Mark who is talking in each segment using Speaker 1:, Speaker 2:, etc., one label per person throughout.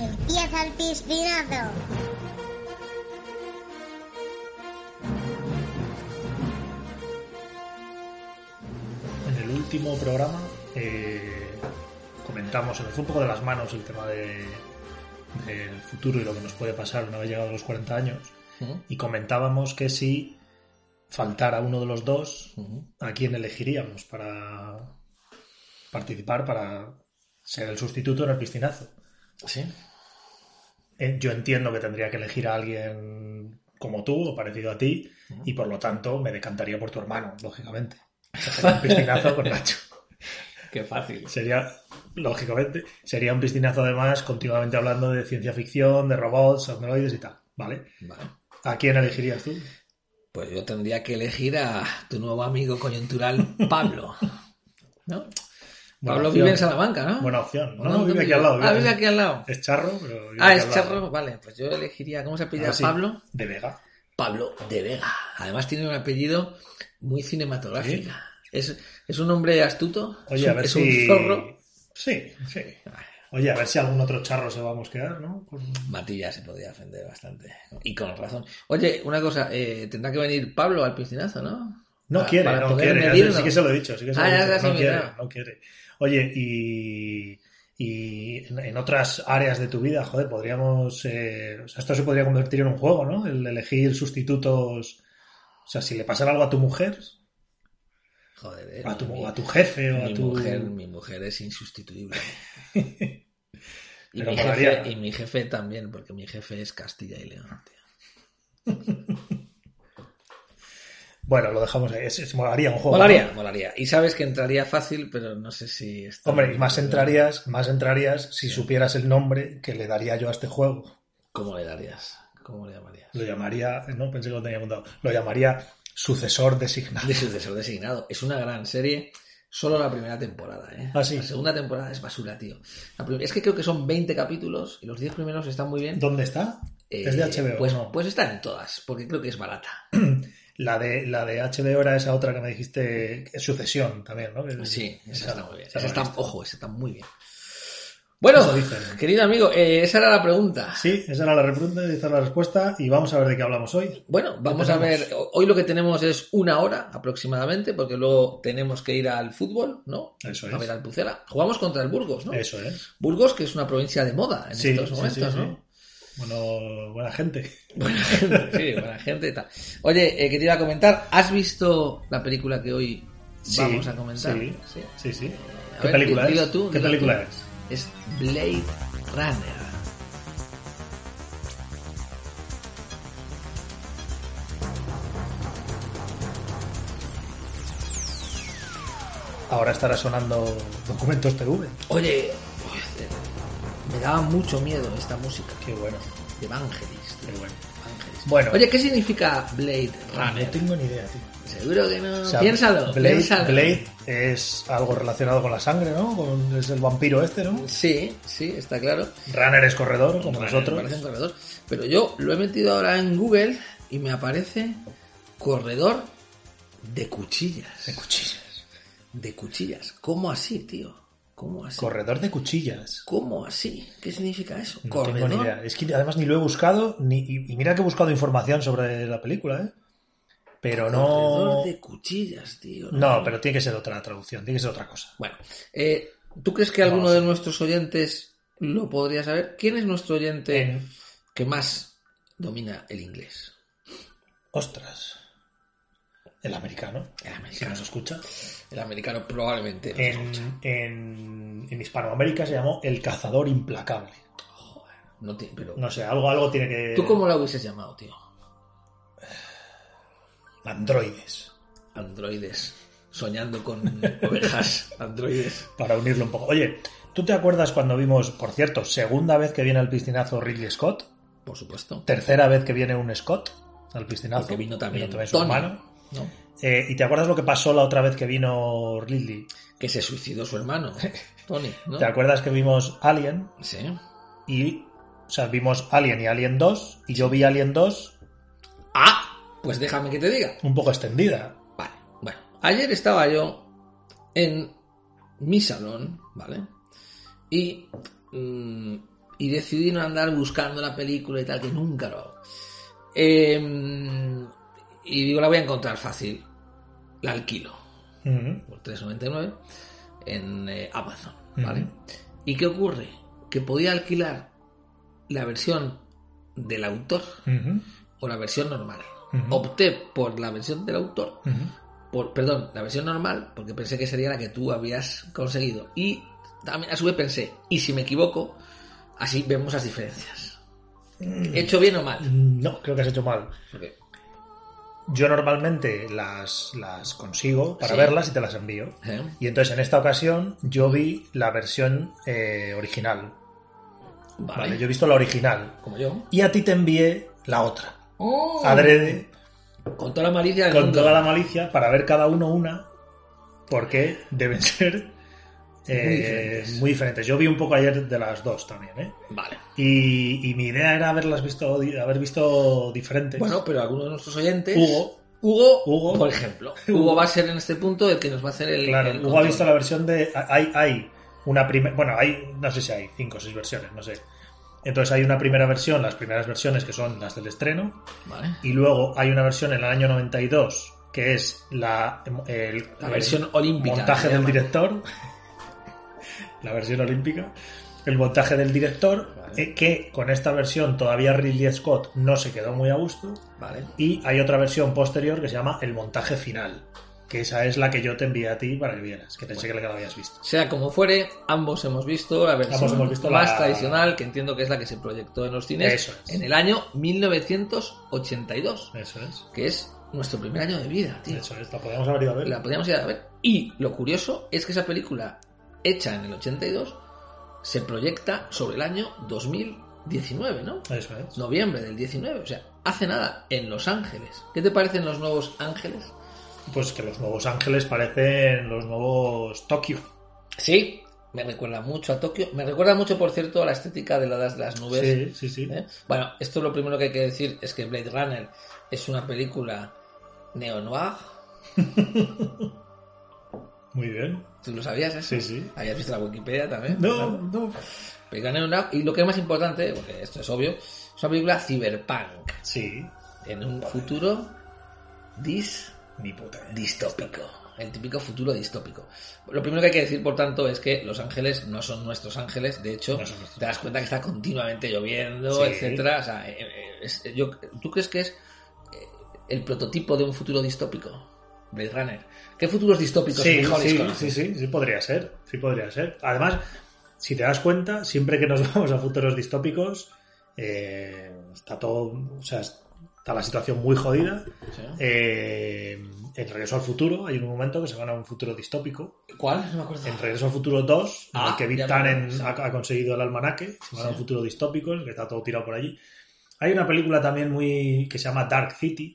Speaker 1: Empieza el piscinazo.
Speaker 2: En el último programa eh, comentamos, se nos fue un poco de las manos el tema de, del futuro y lo que nos puede pasar una vez llegados los 40 años.
Speaker 3: Ujú.
Speaker 2: Y comentábamos que si faltara uno de los dos, ¿a quién elegiríamos para participar, para ser el sustituto en el piscinazo?
Speaker 3: Sí.
Speaker 2: Eh, Yo entiendo que tendría que elegir a alguien como tú o parecido a ti y por lo tanto me decantaría por tu hermano, lógicamente. Sería un piscinazo con Nacho.
Speaker 3: Qué fácil.
Speaker 2: Sería, lógicamente, sería un piscinazo además continuamente hablando de ciencia ficción, de robots, androides y tal, ¿vale?
Speaker 3: Vale.
Speaker 2: ¿A quién elegirías tú?
Speaker 3: Pues yo tendría que elegir a tu nuevo amigo coyuntural, Pablo. ¿No?
Speaker 2: Buena
Speaker 3: Pablo
Speaker 2: opción.
Speaker 3: vive en Salamanca, ¿no?
Speaker 2: Buena opción. No,
Speaker 3: ¿O no?
Speaker 2: vive
Speaker 3: ¿Dónde
Speaker 2: aquí al lado.
Speaker 3: Ah, vive aquí al lado.
Speaker 2: Es charro, pero. vive
Speaker 3: Ah,
Speaker 2: aquí
Speaker 3: es
Speaker 2: al lado.
Speaker 3: charro. Vale, pues yo elegiría, ¿cómo se
Speaker 2: A ver
Speaker 3: apellida
Speaker 2: si-
Speaker 3: Pablo?
Speaker 2: De Vega.
Speaker 3: Pablo de Vega. Además tiene un apellido muy cinematográfico. Es, es un hombre astuto, es
Speaker 2: Oye,
Speaker 3: un-
Speaker 2: a ver
Speaker 3: es
Speaker 2: si.
Speaker 3: un zorro.
Speaker 2: Sí, sí. Oye, a ver si algún otro charro se va a mosquear, ¿no? Con-
Speaker 3: Matilla se podría ofender bastante. Y con razón. Oye, una cosa, eh, tendrá que venir Pablo al piscinazo, ¿no?
Speaker 2: No
Speaker 3: Para-
Speaker 2: quiere,
Speaker 3: Ah, para
Speaker 2: no
Speaker 3: poder
Speaker 2: quiere. ya
Speaker 3: medirlo.
Speaker 2: Sí que se lo he dicho, sí que se lo
Speaker 3: Ah,
Speaker 2: he
Speaker 3: ya
Speaker 2: dicho,
Speaker 3: te has
Speaker 2: no quiere,
Speaker 3: olvidado.
Speaker 2: no quiere. Oye, y, y en, en otras áreas de tu vida, joder, podríamos... eh, o sea, esto se podría convertir en un juego, ¿no? El elegir sustitutos... O sea, si le pasara algo a tu mujer,
Speaker 3: Joder, eh,
Speaker 2: a tu,
Speaker 3: mi-
Speaker 2: a tu jefe o a
Speaker 3: mi
Speaker 2: tu...
Speaker 3: mujer, mi mujer es insustituible. y,
Speaker 2: Pero
Speaker 3: mi
Speaker 2: molaría,
Speaker 3: jefe,
Speaker 2: ¿no?
Speaker 3: y mi jefe también, porque mi jefe es Castilla y León, tío.
Speaker 2: Bueno, lo dejamos ahí. Es, es- molaría un juego.
Speaker 3: Molaría,
Speaker 2: ¿no?
Speaker 3: molaría. Y sabes que entraría fácil, pero no sé si... está-
Speaker 2: Hombre, y más entrarías, más entrarías si supieras el nombre que le daría yo a este juego.
Speaker 3: ¿Cómo le darías? ¿Cómo le llamarías?
Speaker 2: Lo llamaría... No, pensé que lo tenía apuntado. Lo llamaría sucesor designado.
Speaker 3: De sucesor designado. Es una gran serie. Solo la primera temporada, ¿eh?
Speaker 2: Ah, sí.
Speaker 3: La segunda temporada es basura, tío. La prim- Es que creo que son 20 capítulos y los 10 primeros están muy bien.
Speaker 2: ¿Dónde está? ¿Es de
Speaker 3: Eh,
Speaker 2: HBO?
Speaker 3: Pues,
Speaker 2: no?
Speaker 3: pues están en todas, porque creo que es barata.
Speaker 2: La de, la de HBO era esa otra que me dijiste, que es Sucesión también, ¿no? Que-
Speaker 3: Sí, esa está muy bien.
Speaker 2: esa
Speaker 3: Esa está-
Speaker 2: no la he visto.
Speaker 3: ojo, esa está muy bien. Bueno,
Speaker 2: Eso dicen.
Speaker 3: querido amigo, eh, esa era la pregunta.
Speaker 2: Sí, esa era la pregunta, esa era la respuesta y vamos a ver de qué hablamos hoy.
Speaker 3: Bueno, vamos a ver.
Speaker 2: Empezamos.
Speaker 3: Hoy lo que tenemos es una hora aproximadamente, porque luego tenemos que ir al fútbol, ¿no?
Speaker 2: Eso
Speaker 3: A ver
Speaker 2: es.
Speaker 3: al Pucela. Jugamos contra el Burgos, ¿no?
Speaker 2: Eso es.
Speaker 3: Burgos, que es una provincia de moda en
Speaker 2: Sí,
Speaker 3: estos
Speaker 2: sí,
Speaker 3: momentos,
Speaker 2: sí, sí.
Speaker 3: ¿no?
Speaker 2: Bueno, buena gente.
Speaker 3: Buena gente, sí, buena gente y tal. Oye, eh, que te iba a comentar, ¿has visto la película que hoy
Speaker 2: Sí,
Speaker 3: vamos a comentar?
Speaker 2: sí.
Speaker 3: Sí.
Speaker 2: Sí, sí.
Speaker 3: A
Speaker 2: ¿Qué
Speaker 3: ver,
Speaker 2: película
Speaker 3: di- dilo
Speaker 2: es?
Speaker 3: tú,
Speaker 2: ¿Qué
Speaker 3: dilo
Speaker 2: película
Speaker 3: tú.
Speaker 2: es?
Speaker 3: Es Blade Runner.
Speaker 2: Ahora estará sonando Documentos TV.
Speaker 3: Oye, joder, me daba mucho miedo esta música
Speaker 2: Qué bueno,
Speaker 3: de Vangelis. tío,
Speaker 2: qué bueno.
Speaker 3: Vangelis.
Speaker 2: Bueno.
Speaker 3: Oye, ¿qué significa Blade
Speaker 2: No
Speaker 3: Runner?
Speaker 2: tengo ni idea, tío.
Speaker 3: Seguro que no.
Speaker 2: O sea,
Speaker 3: Ah, piénsalo,
Speaker 2: Blade,
Speaker 3: piénsalo.
Speaker 2: Blade es algo relacionado con la sangre, ¿no? Con- es el vampiro este, ¿no?
Speaker 3: Sí, sí, está claro.
Speaker 2: Runner es corredor, como
Speaker 3: Vale,
Speaker 2: nosotros.
Speaker 3: me parece un corredor. Pero yo lo he metido ahora en Google y me aparece corredor de cuchillas.
Speaker 2: De cuchillas.
Speaker 3: De cuchillas. ¿Cómo así, tío? ¿Cómo así?
Speaker 2: Corredor de cuchillas.
Speaker 3: ¿Cómo así? ¿Qué significa eso?
Speaker 2: No
Speaker 3: corredor.
Speaker 2: tengo ni idea. Es que además ni lo he buscado, ni, y, y mira que he buscado información sobre la película, ¿eh? Pero no.
Speaker 3: Corredor de cuchillas, tío.
Speaker 2: No, pero tiene que ser otra traducción, tiene que ser otra cosa.
Speaker 3: Bueno, eh, ¿tú crees que
Speaker 2: No
Speaker 3: alguno
Speaker 2: lo sé.
Speaker 3: de nuestros oyentes lo podría saber? ¿Quién es nuestro oyente
Speaker 2: En-
Speaker 3: que más domina el inglés?
Speaker 2: Ostras. El americano.
Speaker 3: El
Speaker 2: Si
Speaker 3: americano.
Speaker 2: nos escucha.
Speaker 3: El americano probablemente. lo escucha.
Speaker 2: En, en, en Hispanoamérica se llamó El Cazador Implacable.
Speaker 3: Joder, no tiene- pero
Speaker 2: No eh. sé, algo, algo tiene que.
Speaker 3: ¿Tú cómo la hubieses llamado, tío?
Speaker 2: Androides.
Speaker 3: Androides. Soñando con ovejas. Androides.
Speaker 2: Para unirlo un poco. Oye, ¿Tú te acuerdas cuando vimos, por cierto, segunda vez que viene al piscinazo Ridley Scott?
Speaker 3: Por supuesto.
Speaker 2: Tercera vez que viene un Scott al piscinazo.
Speaker 3: Porque vino también
Speaker 2: su
Speaker 3: Tony.
Speaker 2: hermano.
Speaker 3: ¿no?
Speaker 2: Eh, ¿Y te acuerdas lo que pasó la otra vez que vino Ridley?
Speaker 3: Que se suicidó su hermano, Tony, ¿no?
Speaker 2: ¿Te acuerdas que vimos Alien?
Speaker 3: Sí.
Speaker 2: Y, o sea, vimos Alien y Alien 2, y yo vi Alien 2
Speaker 3: Ah, pues déjame que te diga.
Speaker 2: un poco extendida.
Speaker 3: Vale, bueno. Ayer estaba yo en mi salón, ¿vale? Y, mm, y decidí no andar buscando la película y tal, que nunca lo hago. Eh, y digo, la voy a encontrar fácil. La alquilo
Speaker 2: Ujú.
Speaker 3: por 3.99 en eh, Amazon, ¿vale?
Speaker 2: Ujú.
Speaker 3: ¿Y qué ocurre? Que podía alquilar la versión del autor
Speaker 2: Ujú.
Speaker 3: o la versión normal.
Speaker 2: Ujú.
Speaker 3: Opté por la versión del autor,
Speaker 2: Ujú.
Speaker 3: por, perdón, la versión normal, porque pensé que sería la que tú habías conseguido. Y también a su vez pensé, y si me equivoco, así vemos las diferencias.
Speaker 2: Mm.
Speaker 3: ¿Hecho bien o mal? ¿Eh?
Speaker 2: No, creo que has hecho mal.
Speaker 3: Porque-
Speaker 2: Yo normalmente las, las consigo para
Speaker 3: Sí.
Speaker 2: verlas y te las envío.
Speaker 3: ¿eh?
Speaker 2: Y entonces en esta ocasión yo vi la versión eh, original.
Speaker 3: Vale,
Speaker 2: Vale, yo he visto la original.
Speaker 3: como yo.
Speaker 2: Y a ti te envié la otra.
Speaker 3: Oh,
Speaker 2: Adrede,
Speaker 3: con toda la malicia del
Speaker 2: con
Speaker 3: mundo.
Speaker 2: toda la malicia, para ver cada uno una, porque deben ser eh,
Speaker 3: Muy diferentes.
Speaker 2: muy diferentes. Yo vi un poco ayer de las dos también, ¿eh?
Speaker 3: Vale.
Speaker 2: Y, y mi idea era haberlas visto, haber visto diferentes.
Speaker 3: Bueno, pero algunos de nuestros oyentes.
Speaker 2: Hugo.
Speaker 3: Hugo,
Speaker 2: Hugo.
Speaker 3: por ejemplo.
Speaker 2: Hugo.
Speaker 3: Hugo va a ser en este punto el que nos va a hacer el.
Speaker 2: Claro,
Speaker 3: el
Speaker 2: Hugo ha
Speaker 3: control.
Speaker 2: visto la versión de. Hay, hay una primera. Bueno, hay. No sé si hay cinco o seis versiones, no sé. Entonces hay una primera versión, las primeras versiones que son las del estreno.
Speaker 3: Vale.
Speaker 2: Y luego hay una versión en el año 92, que es la, el-
Speaker 3: La
Speaker 2: el
Speaker 3: versión olímpica.
Speaker 2: montaje
Speaker 3: se
Speaker 2: del
Speaker 3: llama.
Speaker 2: director. la versión olímpica. El montaje del director,
Speaker 3: Vale.
Speaker 2: eh, que con esta versión todavía Ridley Scott no se quedó muy a gusto.
Speaker 3: Vale.
Speaker 2: Y hay otra versión posterior que se llama El montaje final, que esa es la que yo te envié a ti para que vieras, que pensé que la habías visto.
Speaker 3: Sea como fuere, ambos hemos visto la versión
Speaker 2: Ambos hemos visto
Speaker 3: más
Speaker 2: la-
Speaker 3: tradicional, que entiendo que es la que se proyectó en los cines
Speaker 2: Eso es.
Speaker 3: en el año 1982,
Speaker 2: Eso es.
Speaker 3: que es nuestro primer año de vida, tío.
Speaker 2: Eso es, la podíamos haber ido a ver.
Speaker 3: La podíamos ir a ver. Y lo curioso es que esa película, hecha en el 82, se proyecta sobre el año 2019, ¿no?
Speaker 2: Eso es.
Speaker 3: noviembre del 19, o sea, hace nada, en Los Ángeles. ¿Qué te parecen los nuevos ángeles?
Speaker 2: Pues que los nuevos ángeles parecen los nuevos Tokio.
Speaker 3: Sí, me recuerda mucho a Tokio. Me recuerda mucho, por cierto, a la estética de las, de las nubes.
Speaker 2: Sí, sí, sí.
Speaker 3: ¿eh? Bueno, esto lo primero que hay que decir es que Blade Runner es una película neo-noir.
Speaker 2: Muy bien.
Speaker 3: ¿Tú lo sabías? eso?
Speaker 2: Sí, sí.
Speaker 3: Habías visto la Wikipedia también.
Speaker 2: No,
Speaker 3: Claro.
Speaker 2: no.
Speaker 3: Película neo-noir. Y lo que es más importante, porque esto es obvio, es una película cyberpunk.
Speaker 2: Sí.
Speaker 3: En un futuro dis...
Speaker 2: Ni puta. idea.
Speaker 3: distópico. El típico futuro distópico. Lo primero que hay que decir, por tanto, es que los ángeles no son nuestros ángeles. De hecho,
Speaker 2: No son nuestros.
Speaker 3: te das cuenta que está continuamente lloviendo,
Speaker 2: Sí.
Speaker 3: etcétera. O sea, eh, eh, es- yo- ¿Tú crees que es eh, el prototipo de un futuro distópico? Blade Runner. ¿Qué futuros distópicos
Speaker 2: Sí,
Speaker 3: mejores
Speaker 2: sí, sí,
Speaker 3: conoces?
Speaker 2: sí, sí, podría ser. Sí, podría ser. Además, si te das cuenta, siempre que nos vamos a futuros distópicos, eh, está todo. O sea, está la situación muy jodida.
Speaker 3: Sí.
Speaker 2: Eh, en Regreso al Futuro hay un momento que se van a un futuro distópico.
Speaker 3: ¿Cuál? No me acuerdo.
Speaker 2: En Regreso al Futuro 2, en
Speaker 3: Ah,
Speaker 2: el que Big
Speaker 3: ya me
Speaker 2: Tannen
Speaker 3: acuerdo,
Speaker 2: ha, ha conseguido el almanaque, se van a un
Speaker 3: Sí.
Speaker 2: futuro distópico, en el que está todo tirado por allí. Hay una película también muy que se llama Dark City,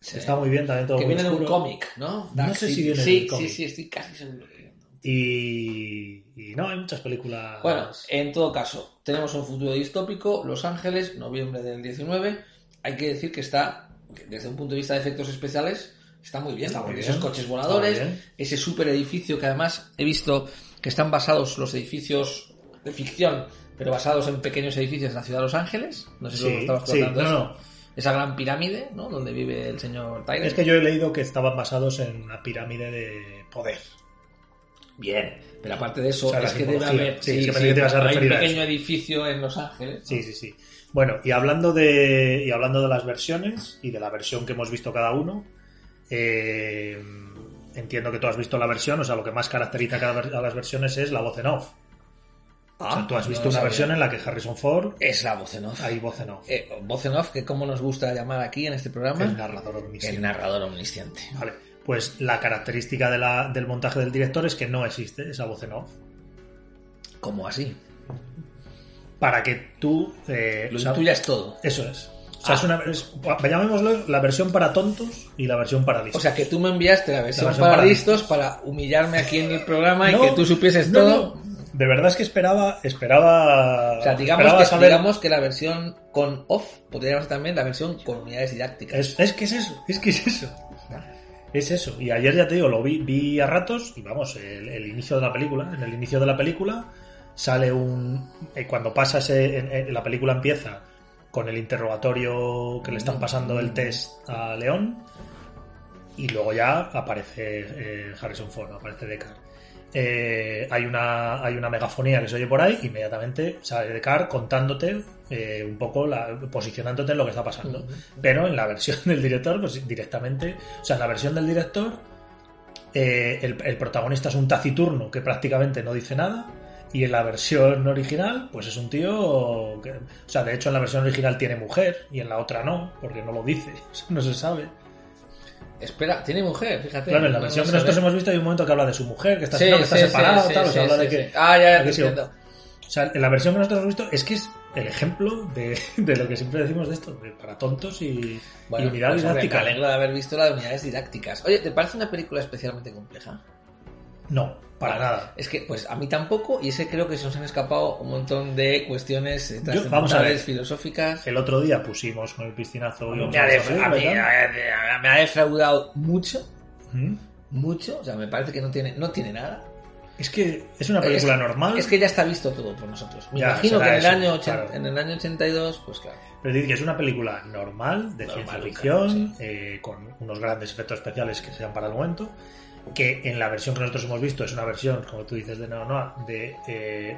Speaker 3: Sí.
Speaker 2: que está muy bien, también todo
Speaker 3: que
Speaker 2: muy
Speaker 3: viene de un
Speaker 2: oscuro.
Speaker 3: cómic, ¿no?
Speaker 2: No sé si
Speaker 3: City.
Speaker 2: viene de
Speaker 3: sí,
Speaker 2: un cómic.
Speaker 3: Sí, sí, estoy casi seguro. que-
Speaker 2: Y, y no, hay muchas películas.
Speaker 3: Bueno, eh, en todo caso, tenemos un futuro distópico, Los Ángeles, noviembre del 19. Hay que decir que está, que desde un punto de vista de efectos especiales, está muy bien.
Speaker 2: Está muy
Speaker 3: porque
Speaker 2: bien.
Speaker 3: Esos coches
Speaker 2: Está
Speaker 3: voladores,
Speaker 2: muy bien.
Speaker 3: ese super edificio que además he visto que están basados los edificios de ficción, pero basados en pequeños edificios de la ciudad de Los Ángeles. No sé si lo
Speaker 2: sí,
Speaker 3: estamos
Speaker 2: sí,
Speaker 3: contando
Speaker 2: no,
Speaker 3: esto.
Speaker 2: no.
Speaker 3: Esa gran pirámide, ¿no? Donde vive el señor Tyler.
Speaker 2: Es que yo he leído que estaban basados en una pirámide de poder.
Speaker 3: Bien, pero aparte de eso,
Speaker 2: O sea, la
Speaker 3: es que debe
Speaker 2: simbología.
Speaker 3: haber
Speaker 2: Sí, es que pensé que te ibas a
Speaker 3: hay un
Speaker 2: referir a
Speaker 3: pequeño edificio en Los Ángeles.
Speaker 2: Sí, sí, sí. Bueno, y hablando de, y hablando de las versiones y de la versión que hemos visto cada uno, eh, entiendo que tú has visto la versión, o sea, lo que más caracteriza cada ver- a las versiones es la voz en off. O sea, tú has
Speaker 3: Ah, no
Speaker 2: visto
Speaker 3: lo
Speaker 2: una
Speaker 3: sabía.
Speaker 2: versión en la que Harrison Ford,
Speaker 3: Es la voz en off.
Speaker 2: hay voz en off,
Speaker 3: Eh, voz en off, que como nos gusta llamar aquí en este programa,
Speaker 2: el narrador omnisciente.
Speaker 3: el narrador omnisciente.
Speaker 2: Vale, pues la característica de la- del montaje del director es que no existe esa voz en off.
Speaker 3: ¿Cómo así?
Speaker 2: para que tú... eh,
Speaker 3: Lo
Speaker 2: o sea,
Speaker 3: intuyas todo.
Speaker 2: Eso es. O sea,
Speaker 3: Ah.
Speaker 2: es una, es- llamémoslo la versión para tontos y la versión para
Speaker 3: O
Speaker 2: listos.
Speaker 3: sea, que tú me enviaste la versión,
Speaker 2: La versión
Speaker 3: para
Speaker 2: para
Speaker 3: listos para humillarme aquí en el programa
Speaker 2: No,
Speaker 3: y que tú supieses
Speaker 2: no,
Speaker 3: todo.
Speaker 2: no. De verdad es que esperaba... esperaba
Speaker 3: O sea, digamos
Speaker 2: esperaba
Speaker 3: que,
Speaker 2: saber-
Speaker 3: digamos que la versión con off podría ser también la versión con unidades didácticas.
Speaker 2: Es, es que es eso, es que es eso. Es eso. Y ayer ya te digo, lo vi, vi a ratos y vamos, el, el inicio de la película. En el inicio de la película sale un... eh, cuando pasa ese... en- en- la película empieza con el interrogatorio que le están pasando el test a León y luego ya aparece eh, Harrison Ford, aparece Deckard. Eh, hay, una, hay una megafonía que se oye por ahí, inmediatamente sale Deckard contándote eh, un poco, la, posicionándote en lo que está pasando.
Speaker 3: Ujú.
Speaker 2: Pero en la versión del director, pues directamente, o sea, en la versión del director, eh, el, el protagonista es un taciturno que prácticamente no dice nada. Y en la versión original, pues es un tío que... O sea, de hecho en la versión original tiene mujer y en la otra no, porque no lo dice, o sea, no se sabe.
Speaker 3: Espera, tiene mujer, fíjate.
Speaker 2: Claro, en la
Speaker 3: No,
Speaker 2: versión
Speaker 3: no
Speaker 2: que nosotros
Speaker 3: se ve.
Speaker 2: hemos visto hay un momento que habla de su mujer, que está,
Speaker 3: Sí,
Speaker 2: no, que está
Speaker 3: sí, sí,
Speaker 2: separado,
Speaker 3: sí,
Speaker 2: tal, o sea,
Speaker 3: sí,
Speaker 2: habla de
Speaker 3: sí,
Speaker 2: que...
Speaker 3: sí. Ah, ya, ya
Speaker 2: que
Speaker 3: te
Speaker 2: sí.
Speaker 3: entiendo.
Speaker 2: O sea, en la versión que nosotros hemos visto es que es el ejemplo de, de lo que siempre decimos de esto, de para tontos y, y unidad
Speaker 3: pues, hombre,
Speaker 2: didáctica.
Speaker 3: Me alegro de haber visto la de unidades didácticas. Oye, ¿te parece una película especialmente compleja?
Speaker 2: No, para
Speaker 3: Vale.
Speaker 2: nada.
Speaker 3: Es que, pues a mí tampoco, y ese creo que se nos han escapado un montón de cuestiones eh,
Speaker 2: Yo- vamos a
Speaker 3: trascendentales,
Speaker 2: ver.
Speaker 3: filosóficas.
Speaker 2: El otro día pusimos con el piscinazo... y vamos
Speaker 3: Me
Speaker 2: a
Speaker 3: ha,
Speaker 2: ver,
Speaker 3: def- a mí,
Speaker 2: ¿verdad?
Speaker 3: a- a- me ha defraudado mucho,
Speaker 2: ¿Mm?
Speaker 3: mucho. O sea, me parece que no tiene, no tiene nada.
Speaker 2: Es que es una película
Speaker 3: Es-
Speaker 2: normal,
Speaker 3: Es que ya está visto todo por nosotros. Me
Speaker 2: Ya,
Speaker 3: imagino que
Speaker 2: será
Speaker 3: en el,
Speaker 2: eso,
Speaker 3: año ochen-
Speaker 2: claro.
Speaker 3: en el año 82, pues claro.
Speaker 2: pero es decir, que es una película normal, de
Speaker 3: Normal,
Speaker 2: ciencia
Speaker 3: claro,
Speaker 2: ficción, eh, con unos grandes efectos especiales que sean para el momento, que en la versión que nosotros hemos visto es una versión, como tú dices, de Neo Noir, de eh,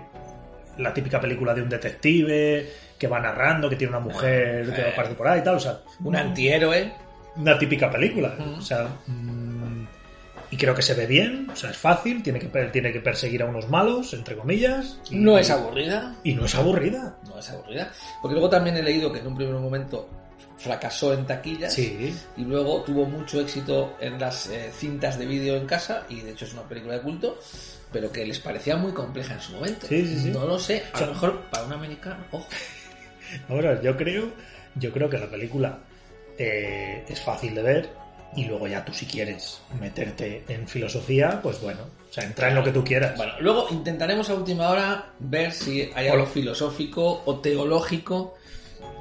Speaker 2: la típica película de un detective que va narrando, que tiene una mujer que
Speaker 3: Eh.
Speaker 2: aparece por ahí y tal, o sea,
Speaker 3: Un antihéroe.
Speaker 2: una típica película.
Speaker 3: Ujú.
Speaker 2: O sea, mm, y creo que se ve bien, o sea, es fácil, tiene que, per- tiene que perseguir a unos malos, entre comillas. y-
Speaker 3: No es aburrida.
Speaker 2: Y no es aburrida.
Speaker 3: No es aburrida. Porque luego también he leído que en un primer momento fracasó en taquillas.
Speaker 2: Sí.
Speaker 3: Y luego tuvo mucho éxito en las eh, cintas de vídeo en casa. Y de hecho es una película de culto. Pero que les parecía muy compleja en su momento.
Speaker 2: Sí, sí, sí.
Speaker 3: No lo sé. A
Speaker 2: O sea,
Speaker 3: lo mejor para un americano. Ojo.
Speaker 2: Ahora, yo creo, yo creo que la película eh, es fácil de ver y luego ya tú si quieres meterte en filosofía, pues bueno, o sea, entra en lo que tú quieras.
Speaker 3: Bueno, luego intentaremos a última hora ver si hay algo filosófico o teológico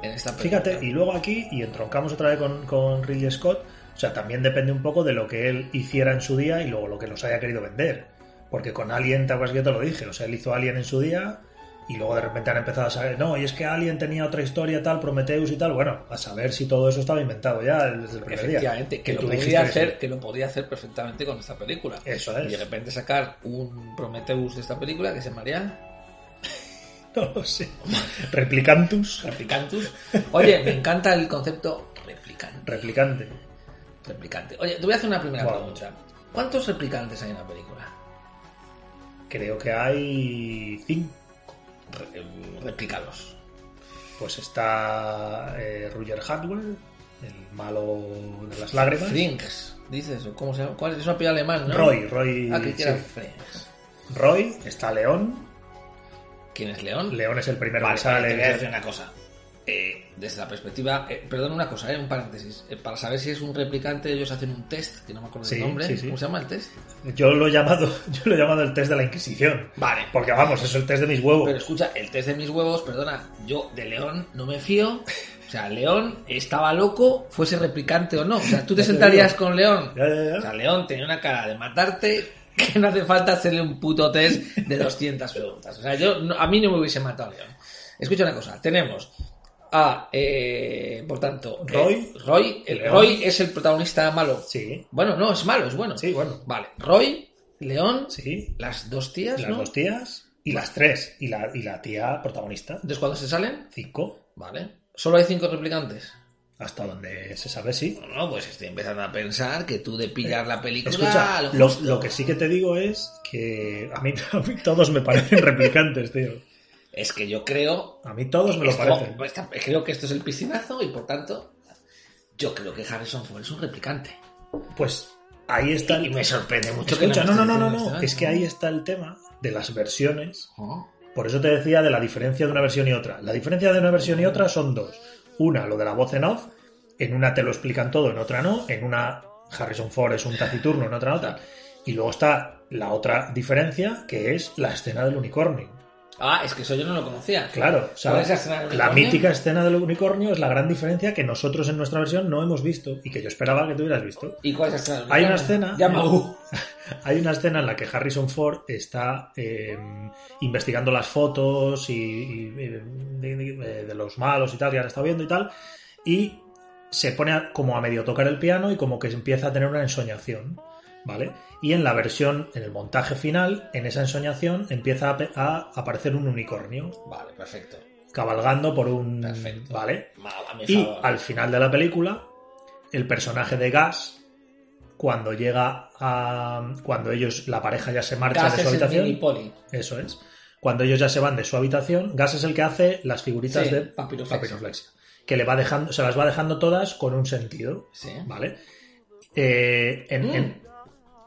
Speaker 3: en esta película.
Speaker 2: Fíjate, y luego aquí, y entroncamos otra vez con, con Ridley Scott, o sea, también depende un poco de lo que él hiciera en su día y luego lo que nos haya querido vender. Porque con Alien, te acuerdas que yo te lo dije, o sea, él hizo Alien en su día y luego de repente han empezado a saber, no, y es que Alien tenía otra historia tal, Prometheus y tal, bueno, a saber si todo eso estaba inventado ya desde el primer día.
Speaker 3: Efectivamente, que, lo
Speaker 2: tú
Speaker 3: podía
Speaker 2: dijiste que sí.
Speaker 3: hacer, que lo podía hacer perfectamente con esta película.
Speaker 2: Eso
Speaker 3: Y de
Speaker 2: es.
Speaker 3: repente sacar un Prometheus de esta película que se llamaría
Speaker 2: No lo sé. Replicantus.
Speaker 3: Replicantus. Oye, me encanta el concepto replicante.
Speaker 2: Replicante.
Speaker 3: replicante. Oye, te voy a hacer una primera
Speaker 2: Wow.
Speaker 3: pregunta. ¿Cuántos replicantes hay en la película?
Speaker 2: Creo que hay cinco.
Speaker 3: Re- em, replicados.
Speaker 2: Pues está eh, Roger Hadwell, el malo de las lágrimas.
Speaker 3: Frings, dices, o ¿cómo se llama? ¿Cuál es? Es un apellido alemán, ¿no?
Speaker 2: Roy, Roy.
Speaker 3: Ah, que
Speaker 2: sí.
Speaker 3: era Frings.
Speaker 2: Roy, está León.
Speaker 3: ¿Quién es León?
Speaker 2: León es el primero
Speaker 3: Vale,
Speaker 2: que
Speaker 3: vale,
Speaker 2: sale.
Speaker 3: te voy a decir una cosa. Eh, desde la perspectiva, eh, perdón, una cosa, eh, un paréntesis. Eh, para saber si es un replicante, ellos hacen un test, que no me acuerdo el
Speaker 2: Sí,
Speaker 3: nombre.
Speaker 2: sí, sí.
Speaker 3: ¿Cómo se llama el test?
Speaker 2: Yo lo he llamado, yo lo he llamado el test de la Inquisición.
Speaker 3: Vale.
Speaker 2: Porque vamos, es el test de mis huevos.
Speaker 3: Pero escucha, el test de mis huevos, perdona, yo de León no me fío. O sea, León estaba loco, fuese replicante o no. O sea, tú te
Speaker 2: Ya te
Speaker 3: sentarías
Speaker 2: digo.
Speaker 3: con León.
Speaker 2: Ya, ya, ya.
Speaker 3: O sea, León tenía una cara de matarte que no hace falta hacerle un puto test de 200 preguntas. O sea, yo, no- a mí no me hubiese matado León. Escucha una cosa, tenemos a, eh, por tanto, eh,
Speaker 2: Roy.
Speaker 3: Roy, el,
Speaker 2: León.
Speaker 3: Roy es el protagonista malo.
Speaker 2: Sí.
Speaker 3: Bueno, no, es malo, es bueno.
Speaker 2: Sí, bueno.
Speaker 3: Vale, Roy, León,
Speaker 2: Sí.
Speaker 3: las dos tías,
Speaker 2: Las
Speaker 3: ¿no?
Speaker 2: dos tías y las tres. Y la, y la tía protagonista.
Speaker 3: Entonces, cuando se salen,
Speaker 2: Cinco.
Speaker 3: vale, solo hay cinco replicantes.
Speaker 2: Hasta donde se sabe, sí.
Speaker 3: No, pues estoy empezando a pensar que tú de pillar la película...
Speaker 2: Escucha,
Speaker 3: lo
Speaker 2: lo,
Speaker 3: justo.
Speaker 2: lo que sí que te digo es que a mí, a mí todos me parecen replicantes, tío.
Speaker 3: Es que yo creo
Speaker 2: A mí todos me lo
Speaker 3: Esto-
Speaker 2: parecen.
Speaker 3: esta- pues, creo que esto es el piscinazo y por tanto, yo creo que Harrison Ford es un replicante.
Speaker 2: Pues ahí está
Speaker 3: Y
Speaker 2: el...
Speaker 3: me sorprende mucho que
Speaker 2: Escucha,
Speaker 3: me
Speaker 2: no, no,
Speaker 3: estés
Speaker 2: no, no,
Speaker 3: diciendo este
Speaker 2: no.
Speaker 3: esto, ¿eh?
Speaker 2: Es que ahí está el tema de las versiones
Speaker 3: Ojo.
Speaker 2: Por eso te decía de la diferencia de una versión y otra. La diferencia de una versión y otra son dos. Una, lo de la voz en off. En una te lo explican todo, en otra no. En una Harrison Ford es un taciturno, en otra no. tal. Y luego está la otra diferencia, que es la escena del unicornio.
Speaker 3: Ah, es que eso yo no lo conocía.
Speaker 2: Claro,
Speaker 3: ¿Cuál
Speaker 2: ¿sabes?
Speaker 3: es la escena del
Speaker 2: La
Speaker 3: unicornio?
Speaker 2: mítica escena del unicornio es la gran diferencia que nosotros en nuestra versión no hemos visto y que yo esperaba que tú hubieras visto.
Speaker 3: ¿Y cuál es la escena del
Speaker 2: Hay una
Speaker 3: unicornio?
Speaker 2: escena.
Speaker 3: Llama a U.
Speaker 2: Hay una escena en la que Harrison Ford está eh, investigando las fotos y, y- y- de, de- de los malos y tal que han estado viendo y tal, y se pone a- como a medio tocar el piano y como que empieza a tener una ensoñación, ¿vale? Y en la versión, en el montaje final, en esa ensoñación empieza a, pe- a aparecer un unicornio
Speaker 3: Vale, perfecto.
Speaker 2: cabalgando por un...
Speaker 3: Perfecto.
Speaker 2: ¿Vale?
Speaker 3: Mal, a mi
Speaker 2: Y
Speaker 3: favor.
Speaker 2: al final de la película, el personaje de Gas, cuando llega a. Cuando ellos, la pareja ya se marcha
Speaker 3: Gas
Speaker 2: de su
Speaker 3: es el mini
Speaker 2: habitación.
Speaker 3: poli.
Speaker 2: Eso es. Cuando ellos ya se van de su habitación, Gas es el que hace las figuritas
Speaker 3: Sí,
Speaker 2: de
Speaker 3: papiroflexia.
Speaker 2: papiroflexia, Que le va dejando, se las va dejando todas con un sentido.
Speaker 3: Sí.
Speaker 2: ¿Vale? Eh, en- en-
Speaker 3: Mm.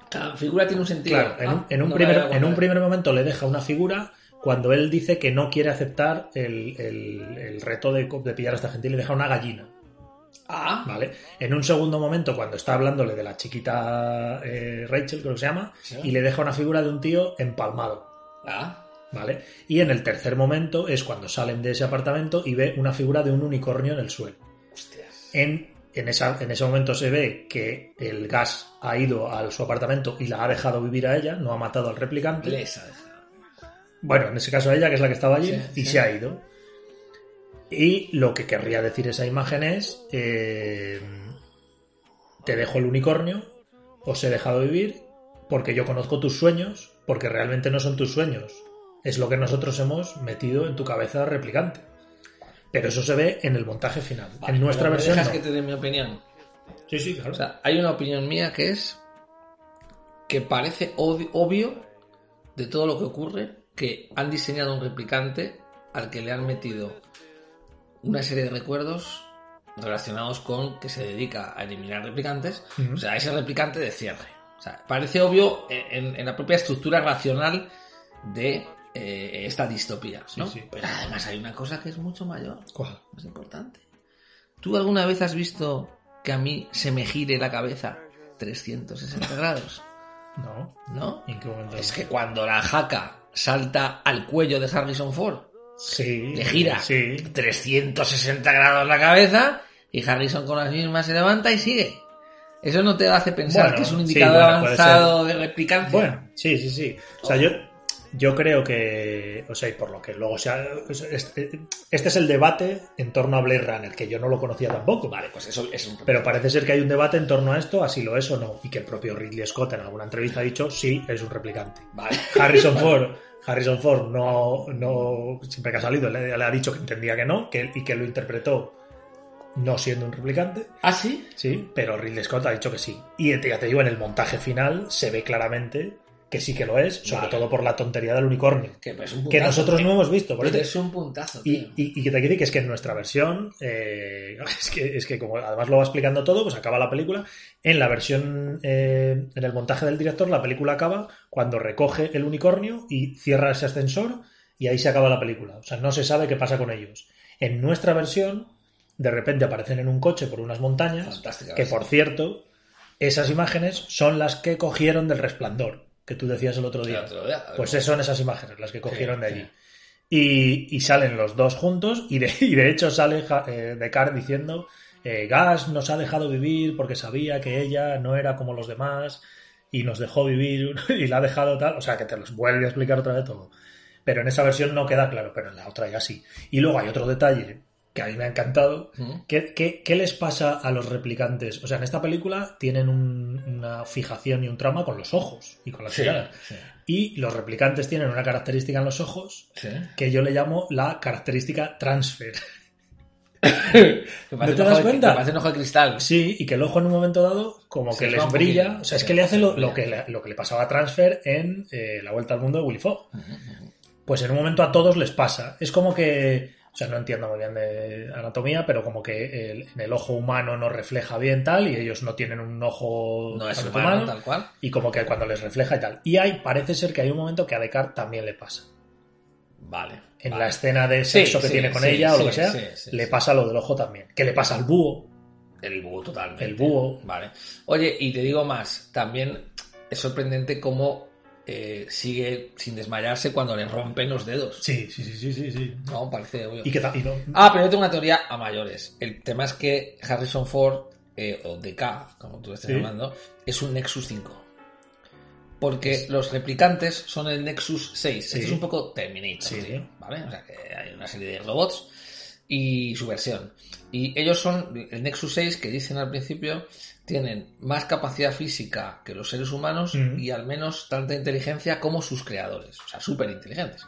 Speaker 3: Cada figura tiene un sentido.
Speaker 2: Claro, en un,
Speaker 3: Ah,
Speaker 2: en un
Speaker 3: no me había
Speaker 2: primer,
Speaker 3: dado
Speaker 2: en un
Speaker 3: cuenta.
Speaker 2: primer momento le deja una figura cuando él dice que no quiere aceptar el, el- el reto de, co- de pillar a esta gente y le deja una gallina,
Speaker 3: Ah,
Speaker 2: ¿vale? En un segundo momento, cuando está hablándole de la chiquita eh, Rachel, creo que se llama,
Speaker 3: Sí.
Speaker 2: y le deja una figura de un tío empalmado,
Speaker 3: ah.
Speaker 2: ¿vale? Y en el tercer momento es cuando salen de ese apartamento y ve una figura de un unicornio en el suelo.
Speaker 3: Hostias.
Speaker 2: En, en, esa- en ese momento se ve que el gas ha ido a su apartamento y la ha dejado vivir a ella, no ha matado al replicante.
Speaker 3: Les ha dejado.
Speaker 2: Bueno, en ese caso ella, que es la que estaba allí, y
Speaker 3: Sí, sí.
Speaker 2: se ha ido. Y lo que querría decir esa imagen es, eh, te dejo el unicornio, os he dejado vivir, porque yo conozco tus sueños, porque realmente no son tus sueños, es lo que nosotros hemos metido en tu cabeza replicante. Pero eso se ve en el montaje final.
Speaker 3: Vale,
Speaker 2: en nuestra
Speaker 3: pero me
Speaker 2: versión... no.
Speaker 3: Dejas que te dé mi opinión.
Speaker 2: Sí, sí, claro.
Speaker 3: O sea, hay una opinión mía que es que parece ob- obvio de todo lo que ocurre que han diseñado un replicante al que le han metido una serie de recuerdos relacionados con que se dedica a eliminar replicantes,
Speaker 2: Ujú.
Speaker 3: o sea, ese replicante de cierre. O sea, parece obvio en, en la propia estructura racional de eh, esta distopía, ¿no?
Speaker 2: Sí, sí.
Speaker 3: Pero además hay una cosa que es mucho mayor
Speaker 2: ¿Cuál?
Speaker 3: más importante. ¿Tú alguna vez has visto que a mí se me gire la cabeza 360 grados?
Speaker 2: No,
Speaker 3: ¿No?
Speaker 2: ¿en qué momento?
Speaker 3: Es que cuando la jaca salta al cuello de Harrison Ford,
Speaker 2: Sí.
Speaker 3: le gira
Speaker 2: Sí.
Speaker 3: 360 grados la cabeza y Harrison con las mismas se levanta y sigue. Eso no te hace pensar
Speaker 2: Bueno,
Speaker 3: que es un
Speaker 2: sí,
Speaker 3: indicador
Speaker 2: bueno, puede
Speaker 3: avanzado de replicancia.
Speaker 2: Bueno, sí, sí, sí. O sea, yo, yo creo que, o sea, y por lo que luego, o sea, es- este, este es el debate en torno a Blade Runner, que yo no lo conocía tampoco.
Speaker 3: Vale, pues eso es un
Speaker 2: Pero parece ser que hay un debate en torno a esto, así lo es o no, y que el propio Ridley Scott en alguna entrevista ha dicho, sí, es un replicante.
Speaker 3: Vale.
Speaker 2: Harrison Ford, Harrison Ford no, no, siempre que ha salido le, le ha dicho que entendía que no, que, y que lo interpretó no siendo un replicante.
Speaker 3: ¿Ah, sí?
Speaker 2: Sí, pero Ridley Scott ha dicho que sí. Y ya te- ya te digo, en el montaje final se ve claramente que sí que lo es, sobre
Speaker 3: Vale.
Speaker 2: todo por la tontería del unicornio,
Speaker 3: Que, pues, es un
Speaker 2: que
Speaker 3: puntazo,
Speaker 2: nosotros
Speaker 3: tío.
Speaker 2: no hemos visto. por eso
Speaker 3: Pero
Speaker 2: te-
Speaker 3: es un puntazo,
Speaker 2: Y,
Speaker 3: tío.
Speaker 2: y- y que te quiero decir que es que en nuestra versión, eh, es, que, es que como además lo va explicando todo, pues acaba la película. En la versión, eh, en el montaje del director, la película acaba cuando recoge el unicornio y cierra ese ascensor y ahí se acaba la película. O sea, no se sabe qué pasa con ellos. En nuestra versión, de repente aparecen en un coche por unas montañas
Speaker 3: Fantástica ¿eh?
Speaker 2: que
Speaker 3: versión.
Speaker 2: por cierto, esas imágenes son las que cogieron del resplandor, que tú decías el otro día.
Speaker 3: El otro día, a ver,
Speaker 2: Pues
Speaker 3: bueno.
Speaker 2: son esas imágenes las que cogieron de
Speaker 3: Sí,
Speaker 2: allí.
Speaker 3: sí.
Speaker 2: Y, y salen los dos juntos y de, y de hecho sale Ja- eh, Descartes diciendo, eh, Gas nos ha dejado vivir porque sabía que ella no era como los demás y nos dejó vivir y la ha dejado tal. O sea, que te los vuelve a explicar otra vez todo. Pero en esa versión no queda claro, pero en la otra ya sí. Y luego hay otro detalle que a mí me ha encantado,
Speaker 3: ¿Mm?
Speaker 2: ¿Qué, qué, qué les pasa a los replicantes? O sea, en esta película tienen un- una fijación y un trama con los ojos y con las
Speaker 3: Sí,
Speaker 2: miradas.
Speaker 3: sí.
Speaker 2: Y los replicantes tienen una característica en los ojos que yo le llamo la característica transfer.
Speaker 3: Que parece
Speaker 2: ¿No te
Speaker 3: un
Speaker 2: das
Speaker 3: ojo de-
Speaker 2: cuenta?
Speaker 3: que parece un ojo de cristal.
Speaker 2: Sí, y que el ojo en un momento dado como
Speaker 3: Se
Speaker 2: que
Speaker 3: les
Speaker 2: les
Speaker 3: va un
Speaker 2: brilla.
Speaker 3: poquillo.
Speaker 2: O sea, es
Speaker 3: Sí,
Speaker 2: que le hace
Speaker 3: se
Speaker 2: lo,
Speaker 3: les brilla.
Speaker 2: lo que, le, lo que le pasaba a transfer en eh, La Vuelta al Mundo de Willy Fogg. pues en un momento a todos les pasa. Es como que, o sea, no entiendo muy bien de anatomía, pero como que el- en el ojo humano no refleja bien tal y ellos no tienen un ojo
Speaker 3: No es
Speaker 2: tanto
Speaker 3: humano, tal cual.
Speaker 2: y como que cuando les refleja y tal. Y hay, parece ser que hay un momento que a Descartes también le pasa.
Speaker 3: Vale.
Speaker 2: en
Speaker 3: vale.
Speaker 2: la escena de sexo
Speaker 3: Sí,
Speaker 2: que
Speaker 3: sí,
Speaker 2: tiene con
Speaker 3: sí,
Speaker 2: ella o lo
Speaker 3: sí,
Speaker 2: que sea,
Speaker 3: sí, sí,
Speaker 2: le
Speaker 3: sí.
Speaker 2: pasa lo del ojo también. Que le pasa al búho.
Speaker 3: El búho, totalmente.
Speaker 2: El búho.
Speaker 3: Vale. Oye, y te digo más, también es sorprendente cómo eh, sigue sin desmayarse cuando le rompen los dedos.
Speaker 2: Sí, sí, sí, sí, sí. sí.
Speaker 3: No, parece obvio.
Speaker 2: Y que ta- y no-
Speaker 3: Ah, pero yo tengo una teoría a mayores. El tema es que Harrison Ford, eh, o DK, como tú lo estás
Speaker 2: Sí.
Speaker 3: llamando, es un Nexus 5. Porque los replicantes son el Nexus 6.
Speaker 2: Sí.
Speaker 3: Esto es un poco Terminator,
Speaker 2: Sí.
Speaker 3: tío, ¿vale? O sea, que hay una serie de robots y su versión. Y ellos son, el Nexus 6, que dicen al principio, tienen más capacidad física que los seres humanos
Speaker 2: Mm.
Speaker 3: y al menos tanta inteligencia como sus creadores. O sea, súper inteligentes.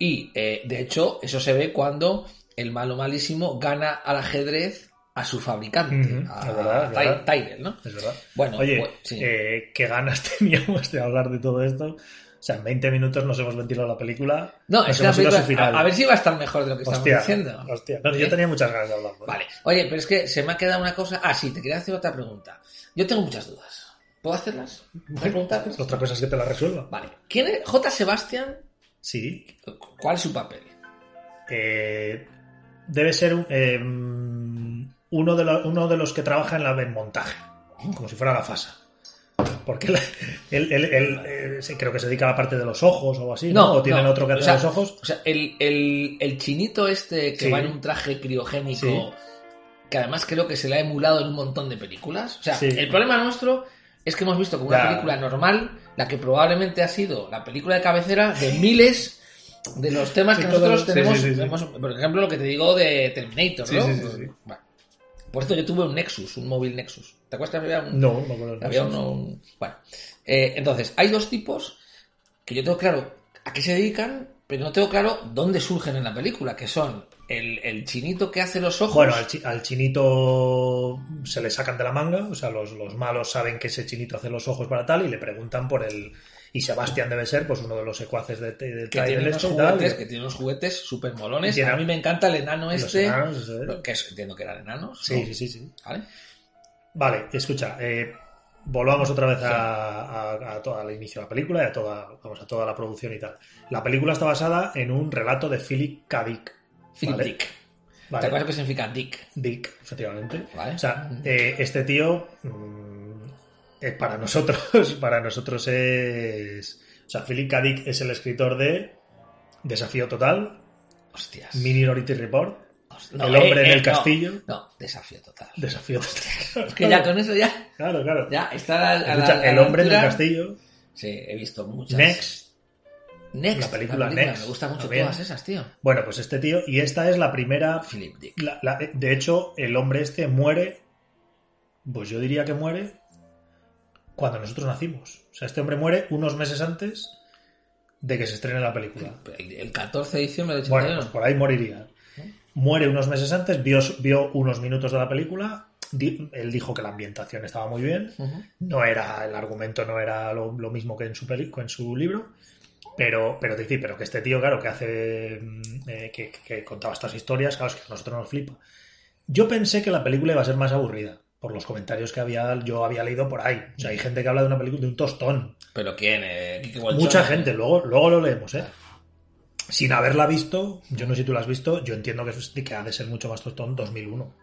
Speaker 3: Y eh, de hecho, eso se ve cuando el malo malísimo gana al ajedrez a su fabricante,
Speaker 2: Ujú,
Speaker 3: a,
Speaker 2: es verdad, es
Speaker 3: Ty-
Speaker 2: verdad.
Speaker 3: Tyrell, ¿no?
Speaker 2: es verdad.
Speaker 3: Bueno,
Speaker 2: Oye,
Speaker 3: pues, sí.
Speaker 2: eh, qué ganas teníamos de hablar de todo esto. O sea, en 20 minutos nos hemos ventilado la película.
Speaker 3: no,
Speaker 2: nos
Speaker 3: es que la
Speaker 2: hemos ido a su
Speaker 3: película-
Speaker 2: final.
Speaker 3: a, a ver si va a estar mejor de lo que
Speaker 2: hostia,
Speaker 3: estamos diciendo.
Speaker 2: hostia. No, yo
Speaker 3: ¿Eh?
Speaker 2: tenía muchas ganas de hablar.
Speaker 3: Vale. Oye, pero es que se me ha quedado una cosa. Ah, sí, te quería hacer otra pregunta. Yo tengo muchas dudas. ¿Puedo hacerlas? ¿Puedo preguntarlas?
Speaker 2: Otra cosa es que te la resuelva.
Speaker 3: Vale. ¿Quién es J. Sebastián?
Speaker 2: Sí.
Speaker 3: ¿Cuál es su papel?
Speaker 2: Eh, debe ser eh, uno, de lo- uno de los que trabaja en la en montaje, como si fuera la fasa. Porque la- él, él- él, eh, sí, creo que se dedica a la parte de los ojos o algo así, ¿no?
Speaker 3: No,
Speaker 2: o tienen
Speaker 3: no,
Speaker 2: otro que
Speaker 3: o
Speaker 2: hace
Speaker 3: sea,
Speaker 2: los ojos.
Speaker 3: O sea, el, el- el chinito este que
Speaker 2: Sí.
Speaker 3: va en un traje criogénico,
Speaker 2: Sí.
Speaker 3: que además creo que se le ha emulado en un montón de películas. O sea,
Speaker 2: Sí.
Speaker 3: el problema nuestro es que hemos visto como una
Speaker 2: Ya.
Speaker 3: película normal, la que probablemente ha sido la película de cabecera de miles de los temas
Speaker 2: De
Speaker 3: que
Speaker 2: todos
Speaker 3: nosotros
Speaker 2: los- sí,
Speaker 3: tenemos,
Speaker 2: sí, sí, sí.
Speaker 3: tenemos- Por ejemplo, lo que te digo de Terminator,
Speaker 2: Sí,
Speaker 3: ¿no?
Speaker 2: sí, sí, sí.
Speaker 3: Bueno. por esto yo tuve un Nexus, un móvil Nexus. ¿Te acuerdas que había un,
Speaker 2: No, no me acuerdo.
Speaker 3: había uno- un- Bueno, Eh, entonces, hay dos tipos que yo tengo claro a qué se dedican, pero no tengo claro dónde surgen en la película, que son el, el chinito que hace los ojos.
Speaker 2: Bueno, al, chi- al chinito se le sacan de la manga, o sea, los, los malos saben que ese chinito hace los ojos para tal y le preguntan por el... Y Sebastián debe ser pues uno de los secuaces de, de, del
Speaker 3: que tiene
Speaker 2: Tyrell
Speaker 3: unos
Speaker 2: este y tal,
Speaker 3: juguetes,
Speaker 2: y-
Speaker 3: que tiene unos juguetes súper molones.
Speaker 2: Y tiene-
Speaker 3: A mí me encanta el enano
Speaker 2: los
Speaker 3: este,
Speaker 2: enanos, eso es.
Speaker 3: que es- entiendo que eran enanos.
Speaker 2: Sí,
Speaker 3: ¿no?
Speaker 2: sí, sí, sí.
Speaker 3: ¿Vale?
Speaker 2: Vale, escucha, eh, volvamos otra vez a, a- a todo el inicio de la película y a toda, vamos, a toda la producción y tal. La película está basada en un relato de Philip K. Dick.
Speaker 3: Philip
Speaker 2: Vale.
Speaker 3: Dick. ¿Te
Speaker 2: Vale,
Speaker 3: acuerdas que significa Dick?
Speaker 2: Dick, efectivamente.
Speaker 3: Vale.
Speaker 2: O sea, eh, este tío mm, eh, para nosotros, para nosotros es... O sea, Philip K. Dick es el escritor de Desafío Total,
Speaker 3: Hostias.
Speaker 2: Minority Report,
Speaker 3: Host- no,
Speaker 2: El hombre
Speaker 3: eh,
Speaker 2: en el
Speaker 3: eh, no.
Speaker 2: castillo.
Speaker 3: No, desafío total.
Speaker 2: Desafío Total.
Speaker 3: Es que ya con eso ya,
Speaker 2: Claro, claro.
Speaker 3: ya está a la- a la-
Speaker 2: Escucha,
Speaker 3: a la
Speaker 2: el hombre en el
Speaker 3: altura.
Speaker 2: castillo,
Speaker 3: Sí, he visto muchas.
Speaker 2: Next,
Speaker 3: Next,
Speaker 2: La película Next.
Speaker 3: Me gusta mucho
Speaker 2: También.
Speaker 3: todas esas, tío.
Speaker 2: Bueno, pues este tío, y esta es la primera.
Speaker 3: Philip Dick.
Speaker 2: la- la- de hecho, el hombre este muere. Pues yo diría que muere cuando nosotros nacimos. O sea, este hombre muere unos meses antes de que se estrene la película.
Speaker 3: El, el 14 de diciembre del
Speaker 2: Bueno,
Speaker 3: 81.
Speaker 2: pues por ahí moriría. Muere unos meses antes, vio, vio unos minutos de la película. di- él dijo que la ambientación estaba muy bien.
Speaker 3: Ujú.
Speaker 2: No era, el argumento no era lo, lo mismo que en su, peli- en su libro. Pero, pero, te dice, pero que este tío, claro, que hace. mm, eh, que, que contaba estas historias, claro, es que a nosotros nos flipa. Yo pensé que la película iba a ser más aburrida, por los comentarios que había, yo había leído por ahí. O sea, hay gente que habla de una película de un tostón.
Speaker 3: Pero quién, eh, Kike Bolchón,
Speaker 2: Mucha
Speaker 3: eh?
Speaker 2: gente, luego, luego lo leemos, ¿eh? Sin haberla visto, yo no sé si tú la has visto, yo entiendo que, es- que ha de ser mucho más tostón 2001.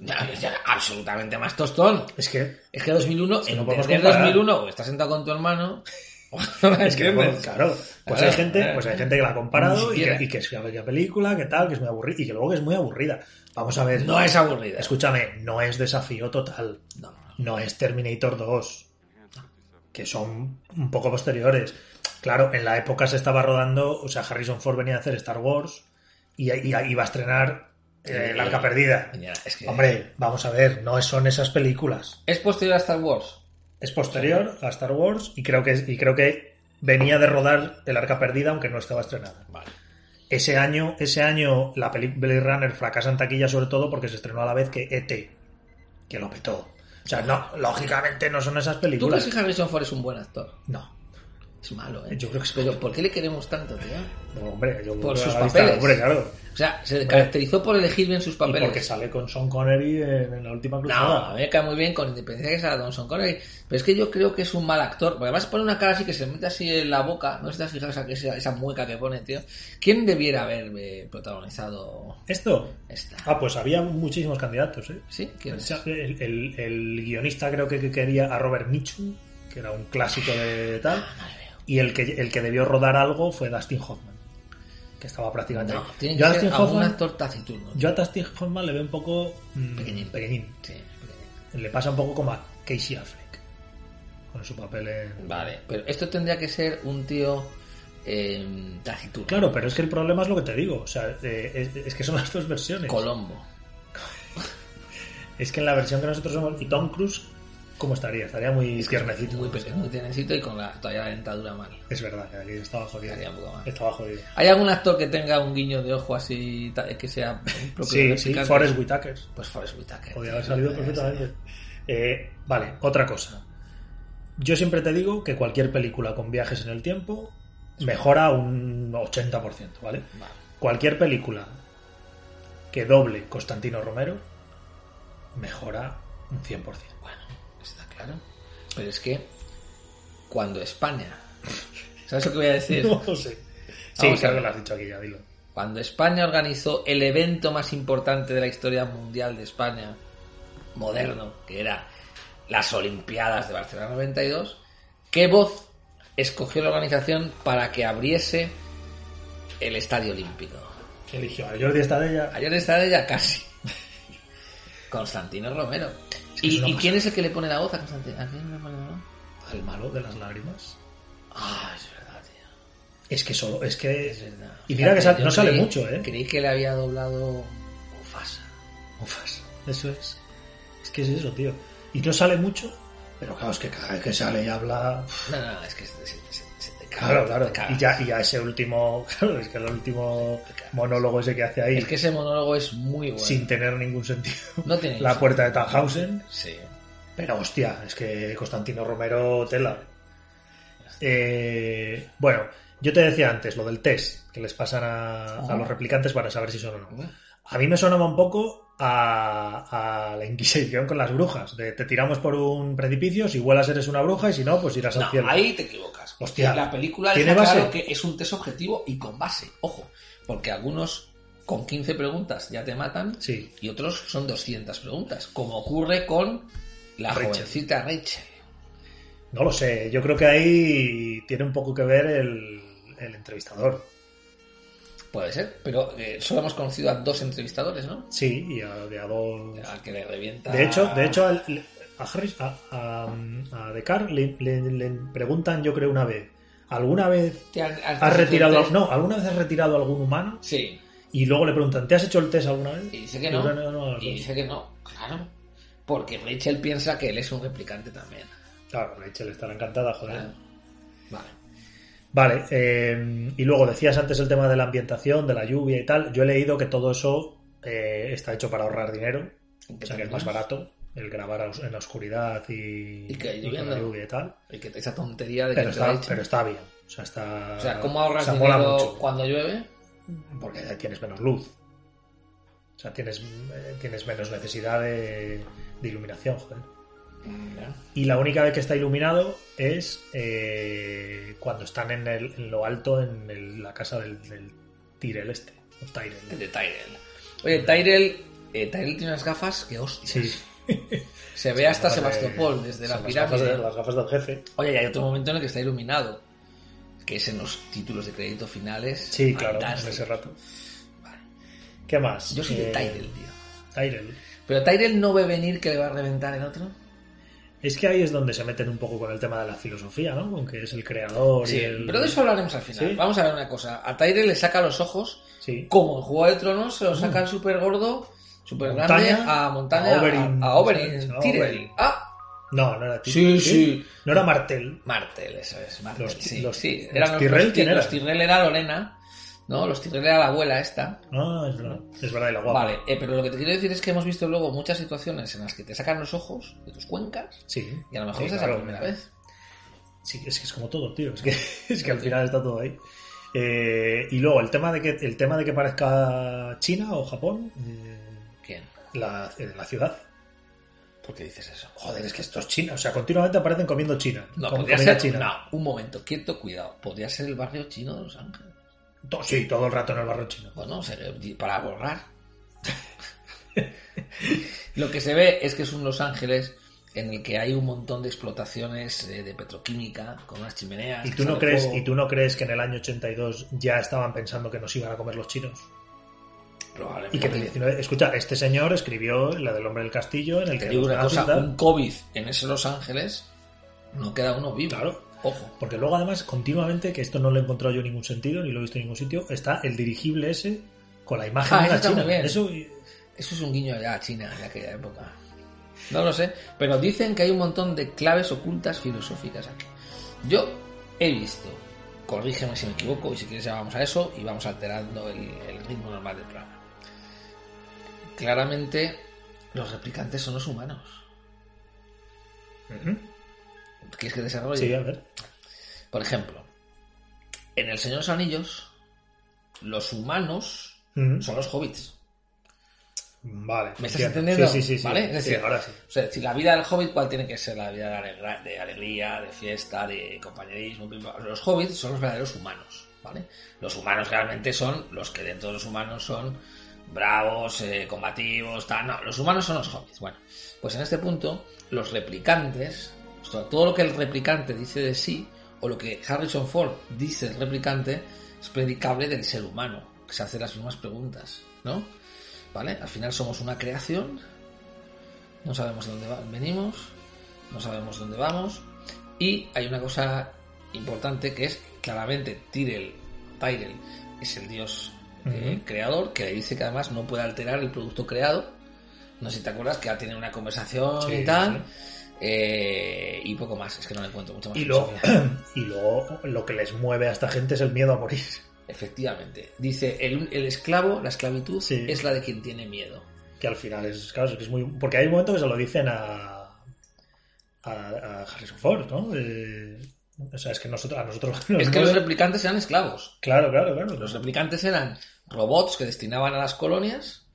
Speaker 3: Ya, ya, absolutamente más tostón.
Speaker 2: Es que.
Speaker 3: Es que 2001,
Speaker 2: Es que
Speaker 3: en
Speaker 2: no podemos
Speaker 3: entender
Speaker 2: comparar.
Speaker 3: 2001, o estás sentado con tu hermano.
Speaker 2: Es que, bueno, claro, pues
Speaker 3: Claro,
Speaker 2: hay gente,
Speaker 3: claro.
Speaker 2: pues hay gente que la ha comparado y
Speaker 3: Ni
Speaker 2: que,
Speaker 3: siquiera.
Speaker 2: y que es que a ver qué película, que tal, que es muy aburrida, y que luego que es muy aburrida. Vamos a ver.
Speaker 3: No es aburrida.
Speaker 2: Escúchame, no es desafío total,
Speaker 3: No, no, no.
Speaker 2: no es Terminator 2, que son un poco posteriores. Claro, en la época se estaba rodando, o sea, Harrison Ford venía a hacer Star Wars y, y- iba a estrenar eh, El Arca Perdida.
Speaker 3: Ya, es que-
Speaker 2: Hombre, vamos a ver, no son esas películas.
Speaker 3: ¿Es posterior a Star Wars?
Speaker 2: Es posterior a Star Wars y creo que, y creo que venía de rodar El Arca Perdida, aunque no estaba estrenada.
Speaker 3: Vale.
Speaker 2: Ese año, ese año la película Blade Runner fracasa en taquilla sobre todo porque se estrenó a la vez que ET, que lo petó. O sea, no, lógicamente no son esas
Speaker 3: ¿Tú
Speaker 2: películas.
Speaker 3: crees que Harrison Ford es un buen actor?
Speaker 2: No.
Speaker 3: Es malo, ¿eh?
Speaker 2: Yo creo que es
Speaker 3: Pero ¿por qué le queremos tanto, tío?
Speaker 2: No, hombre, yo
Speaker 3: Por
Speaker 2: a la
Speaker 3: sus
Speaker 2: vista,
Speaker 3: papeles.
Speaker 2: hombre, claro.
Speaker 3: O sea, se caracterizó por elegir bien sus
Speaker 2: Y
Speaker 3: papeles.
Speaker 2: porque sale con Sean Connery en, en la última
Speaker 3: No,
Speaker 2: cruzada.
Speaker 3: a mí me cae muy bien con independencia que sea Donson Connery. Pero es que yo creo que es un mal actor. Porque además pone una cara así que se mete así en la boca. No sé si te has fijado esa, esa, esa mueca que pone, tío. ¿Quién debiera haber eh, protagonizado
Speaker 2: ¿Esto?
Speaker 3: esta?
Speaker 2: Ah, pues había muchísimos candidatos, ¿eh?
Speaker 3: ¿Sí? ¿Quién es?
Speaker 2: El, el- el guionista creo que, que quería a Robert Mitchum, que era un clásico de tal.
Speaker 3: Ah,
Speaker 2: Y el que, el que debió rodar algo fue Dustin Hoffman, que estaba prácticamente.
Speaker 3: No,
Speaker 2: ahí.
Speaker 3: tiene
Speaker 2: yo, a
Speaker 3: que
Speaker 2: Dustin
Speaker 3: ser algún
Speaker 2: Hoffman,
Speaker 3: actor taciturno.
Speaker 2: yo a Dustin Hoffman le veo un poco mm,
Speaker 3: Pequeñín.
Speaker 2: pequeñín.
Speaker 3: Sí, porque-
Speaker 2: Le pasa un poco como a Casey Affleck, con su papel en...
Speaker 3: Vale, pero esto tendría que ser un tío eh, taciturno.
Speaker 2: Claro, pero es que el problema es lo que te digo. O sea, eh, es, es que son las dos versiones.
Speaker 3: Colombo.
Speaker 2: Es que en la versión que nosotros somos... ¿Y Tom Cruise cómo estaría? Estaría muy tiernecito.
Speaker 3: Muy pequeño, muy tiernecito y con la, todavía la dentadura mal.
Speaker 2: Es verdad, que aquí estaba jodido.
Speaker 3: Estaría un poco mal.
Speaker 2: Estaba jodido.
Speaker 3: ¿Hay algún actor que tenga un guiño de ojo así ta- que sea propio de
Speaker 2: Sí, sí,
Speaker 3: Mexicanos?
Speaker 2: Forrest Whitaker.
Speaker 3: Pues Forrest Whitaker.
Speaker 2: Podría haber salido
Speaker 3: Sí,
Speaker 2: perfectamente.
Speaker 3: sí.
Speaker 2: Eh, vale, otra cosa. Yo siempre te digo que cualquier película con viajes en el tiempo mejora un 80%, ¿vale?
Speaker 3: Vale.
Speaker 2: Cualquier película que doble Constantino Romero mejora un 100%.
Speaker 3: Bueno, está claro. Pero es que cuando España... ¿Sabes lo que voy a decir?
Speaker 2: No lo sé. Sí,
Speaker 3: Vamos
Speaker 2: creo
Speaker 3: a
Speaker 2: que
Speaker 3: ver.
Speaker 2: lo has dicho aquí ya, dilo.
Speaker 3: Cuando España organizó el evento más importante de la historia mundial de España, moderno, que era las Olimpiadas de Barcelona 92, ¿qué voz escogió la organización para que abriese el Estadio Olímpico?
Speaker 2: Eligió a Jordi Estadella.
Speaker 3: Ayer está ella casi. Constantino Romero.
Speaker 2: Es que es
Speaker 3: ¿Y,
Speaker 2: una
Speaker 3: y
Speaker 2: pasada.
Speaker 3: quién es el que le pone la voz a Constantino? ¿A quién le pone la voz?
Speaker 2: Al malo de las lágrimas.
Speaker 3: Ah, es verdad, tío.
Speaker 2: Es que solo, es que...
Speaker 3: Es verdad.
Speaker 2: Y mira que sal-
Speaker 3: Yo
Speaker 2: no sale
Speaker 3: creí-
Speaker 2: mucho, ¿eh?
Speaker 3: Creí que le había doblado Mufasa.
Speaker 2: Ufas, eso es. Es que es eso, tío. Y no sale mucho, pero claro, es que cada vez que sale y habla.
Speaker 3: No, no, es que se, se- se- se te caga,
Speaker 2: Claro,
Speaker 3: te
Speaker 2: claro.
Speaker 3: caga.
Speaker 2: Y ya, y ya ese último. Claro, es que el último monólogo ese que hace ahí,
Speaker 3: Es que ese monólogo es muy bueno.
Speaker 2: sin tener ningún sentido.
Speaker 3: No tiene
Speaker 2: La
Speaker 3: ningún
Speaker 2: puerta de Tannhausen.
Speaker 3: Sí.
Speaker 2: Pero hostia, es que Constantino Romero tela. Eh, bueno, yo te decía antes lo del test que les pasan a,
Speaker 3: Ah.
Speaker 2: a los replicantes para saber si son o no. A mí me sonaba un poco a, a la Inquisición con las brujas. De, te tiramos por un precipicio, si vuelas eres una bruja y si no, pues irás al
Speaker 3: No,
Speaker 2: cielo.
Speaker 3: ahí te equivocas.
Speaker 2: Hostia.
Speaker 3: La película
Speaker 2: ¿Tiene
Speaker 3: tiene claro
Speaker 2: base?
Speaker 3: que es un test objetivo y con base. Ojo, porque algunos con 15 preguntas ya te matan
Speaker 2: Sí.
Speaker 3: y otros son 200 preguntas, como ocurre con la
Speaker 2: Rachel.
Speaker 3: jovencita Rachel.
Speaker 2: No lo sé. Yo creo que ahí tiene un poco que ver el, el entrevistador.
Speaker 3: Puede ser, pero eh, solo hemos conocido a dos entrevistadores, ¿no?
Speaker 2: Sí, y a, de a dos.
Speaker 3: Al que le revienta.
Speaker 2: De hecho, de hecho al- a Harris, a, a, a Descartes le, le- le preguntan, yo creo, una vez. ¿Alguna vez
Speaker 3: ¿Te han- has,
Speaker 2: has retirado.
Speaker 3: test?
Speaker 2: No, ¿alguna vez has retirado a algún humano?
Speaker 3: Sí.
Speaker 2: Y luego le preguntan, ¿te has hecho el test alguna vez?
Speaker 3: Y dice que
Speaker 2: Yo
Speaker 3: no.
Speaker 2: creo que no, no.
Speaker 3: Y dice que no, claro. Porque Rachel piensa que él es un replicante también.
Speaker 2: Claro, Rachel estará encantada, joder.
Speaker 3: Claro. Vale.
Speaker 2: Vale, eh, y luego decías antes el tema de la ambientación, de la lluvia y tal. Yo he leído que todo eso eh, está hecho para ahorrar dinero, o sea que es más barato el grabar a os- en la oscuridad y,
Speaker 3: Y que
Speaker 2: con la
Speaker 3: lloviendo.
Speaker 2: lluvia y tal.
Speaker 3: Y que esa tontería de que
Speaker 2: Pero
Speaker 3: te
Speaker 2: está,
Speaker 3: la echen.
Speaker 2: pero está bien, o sea, está.
Speaker 3: O sea, ¿cómo ahorras
Speaker 2: o sea, mola
Speaker 3: dinero
Speaker 2: mucho,
Speaker 3: cuando llueve?
Speaker 2: porque tienes menos luz. O sea, tienes, eh, tienes menos necesidad de, de iluminación, joder.
Speaker 3: Mira.
Speaker 2: Y la única vez que está iluminado es eh, cuando están en, el- en lo alto, en el- la casa del, del Tyrell este. o Tyrell.
Speaker 3: El de Tyrell. Oye, Tyrell, eh, Tyrell tiene unas gafas que hostias.
Speaker 2: Sí.
Speaker 3: Se ve hasta
Speaker 2: Las gafas de-
Speaker 3: Sebastopol desde la
Speaker 2: son las gafas
Speaker 3: pirámide.
Speaker 2: de- Las gafas del jefe.
Speaker 3: Oye, y hay otro momento en el que está iluminado. Que es en los títulos de crédito finales.
Speaker 2: Sí, claro, en
Speaker 3: Fantásticos.
Speaker 2: ese rato.
Speaker 3: Vale.
Speaker 2: ¿Qué más?
Speaker 3: Yo soy de
Speaker 2: Eh,
Speaker 3: Tyrell, tío.
Speaker 2: Tyrell.
Speaker 3: Pero Tyrell no ve venir que le va a reventar el otro.
Speaker 2: Es que ahí es donde se meten un poco con el tema de la filosofía, ¿no? Con que es el creador
Speaker 3: Sí,
Speaker 2: y el...
Speaker 3: pero de eso hablaremos al final.
Speaker 2: Sí.
Speaker 3: Vamos a ver una cosa. A Tyrell le saca los ojos,
Speaker 2: Sí.
Speaker 3: como en Juego de Tronos se los saca el super gordo, super grande,
Speaker 2: Uh. Montaña,
Speaker 3: a Montaña,
Speaker 2: a Oberyn,
Speaker 3: a, a Oberyn,
Speaker 2: a
Speaker 3: Tyrell.
Speaker 2: Oberyn.
Speaker 3: Ah,
Speaker 2: No, no era
Speaker 3: sí, sí.
Speaker 2: Tyrell. No era Martel.
Speaker 3: Martel, eso es, Martel,
Speaker 2: Los-
Speaker 3: sí.
Speaker 2: los-
Speaker 3: sí.
Speaker 2: los
Speaker 3: Eran los,
Speaker 2: Tyrell,
Speaker 3: los-
Speaker 2: ¿quién eran?
Speaker 3: los Tyrell era Lorena, ¿no? Los Tyrell era la abuela esta.
Speaker 2: Ah, es verdad. Es verdad, y la guapa.
Speaker 3: Vale, eh, pero lo que te quiero decir es que hemos visto luego muchas situaciones en las que te sacan los ojos de tus cuencas
Speaker 2: Sí.
Speaker 3: y a lo mejor
Speaker 2: Sí,
Speaker 3: esa es
Speaker 2: claro,
Speaker 3: la primera
Speaker 2: claro.
Speaker 3: vez.
Speaker 2: Sí, es que es como todo, tío. Es que, es que al final está todo ahí. Eh, y luego el tema de que el tema de que parezca China o Japón, mm,
Speaker 3: ¿Quién?
Speaker 2: la, eh, la ciudad.
Speaker 3: ¿Por qué dices eso?
Speaker 2: Joder, es que esto es China. O sea, continuamente aparecen comiendo China.
Speaker 3: No,
Speaker 2: com-
Speaker 3: podría
Speaker 2: comida
Speaker 3: ser.
Speaker 2: China.
Speaker 3: No, un momento, quieto, cuidado. Podría ser el barrio chino de Los Ángeles.
Speaker 2: To- Sí, todo el rato en el barrio chino.
Speaker 3: Bueno, se- para borrar. Lo que se ve es que es un Los Ángeles en el que hay un montón de explotaciones eh, de petroquímica con unas chimeneas.
Speaker 2: ¿Y
Speaker 3: que
Speaker 2: tú, no
Speaker 3: sale
Speaker 2: crees,
Speaker 3: fuego.
Speaker 2: ¿Y tú no crees que en el año 82 ya estaban pensando que nos iban a comer los chinos?
Speaker 3: Probablemente.
Speaker 2: Y que en el 19... Escucha, este señor escribió la del hombre del castillo, en el
Speaker 3: Te
Speaker 2: que
Speaker 3: digo
Speaker 2: los
Speaker 3: una
Speaker 2: nazis
Speaker 3: cosa,
Speaker 2: tal.
Speaker 3: un COVID en ese Los Ángeles no queda uno vivo.
Speaker 2: Claro.
Speaker 3: Ojo.
Speaker 2: Porque luego, además, continuamente, que esto no lo he encontrado yo en ningún sentido, ni lo he visto en ningún sitio, está el dirigible ese con la imagen
Speaker 3: Ah,
Speaker 2: de
Speaker 3: eso
Speaker 2: la
Speaker 3: está
Speaker 2: China.
Speaker 3: muy bien.
Speaker 2: Eso,
Speaker 3: Eso es un guiño ya a China de aquella época. No lo sé, pero dicen que hay un montón de claves ocultas filosóficas aquí. Yo he visto, corrígeme si me equivoco, y si quieres ya vamos a eso y vamos alterando el, el ritmo normal del programa. Claramente, los replicantes son los humanos.
Speaker 2: Ujú.
Speaker 3: ¿Quieres que desarrolle?
Speaker 2: Sí, a ver.
Speaker 3: Por ejemplo, en El Señor de los Anillos, los humanos
Speaker 2: Ujú.
Speaker 3: son los hobbits.
Speaker 2: Vale.
Speaker 3: ¿Me estás
Speaker 2: entiendo.
Speaker 3: entendiendo?
Speaker 2: Sí, sí, sí. sí.
Speaker 3: ¿Vale? Es
Speaker 2: Sí,
Speaker 3: decir,
Speaker 2: ahora sí.
Speaker 3: O sea, si la vida del hobbit, ¿cuál tiene que ser la vida de alegría, de, alegría, de fiesta, de compañerismo? pim, pam? Los hobbits son los verdaderos humanos, ¿vale? Los humanos realmente son los que dentro de los humanos son bravos, eh, combativos, tal. No, los humanos son los hobbits. Bueno, pues en este punto, los replicantes, o sea, todo lo que el replicante dice de sí, o lo que Harrison Ford dice del replicante, es predicable del ser humano, que se hace las mismas preguntas, ¿no? ¿Vale? Al final somos una creación no sabemos de dónde va- venimos, no sabemos dónde vamos. Y hay una cosa importante que es claramente Tyrell, Tyrell es el dios eh,
Speaker 2: Ujú.
Speaker 3: creador que le dice que además no puede alterar el producto creado. No sé si te acuerdas que ha tenido una conversación
Speaker 2: Sí,
Speaker 3: y tal. eh, y poco más, es que no le encuentro mucho más.
Speaker 2: Y luego,
Speaker 3: filosofía.
Speaker 2: y luego lo que les mueve a esta gente es el miedo a morir.
Speaker 3: Efectivamente. Dice, el, el esclavo, la esclavitud
Speaker 2: Sí.
Speaker 3: es la de quien tiene miedo.
Speaker 2: Que al final es, claro, es que es muy... Porque hay un momento que se lo dicen a, a, a Harrison Ford, ¿no? Eh, o sea, es que nosotros, a nosotros... nos
Speaker 3: es que los
Speaker 2: mueve-
Speaker 3: replicantes eran esclavos.
Speaker 2: Claro, claro, claro.
Speaker 3: Los replicantes eran robots que destinaban a las colonias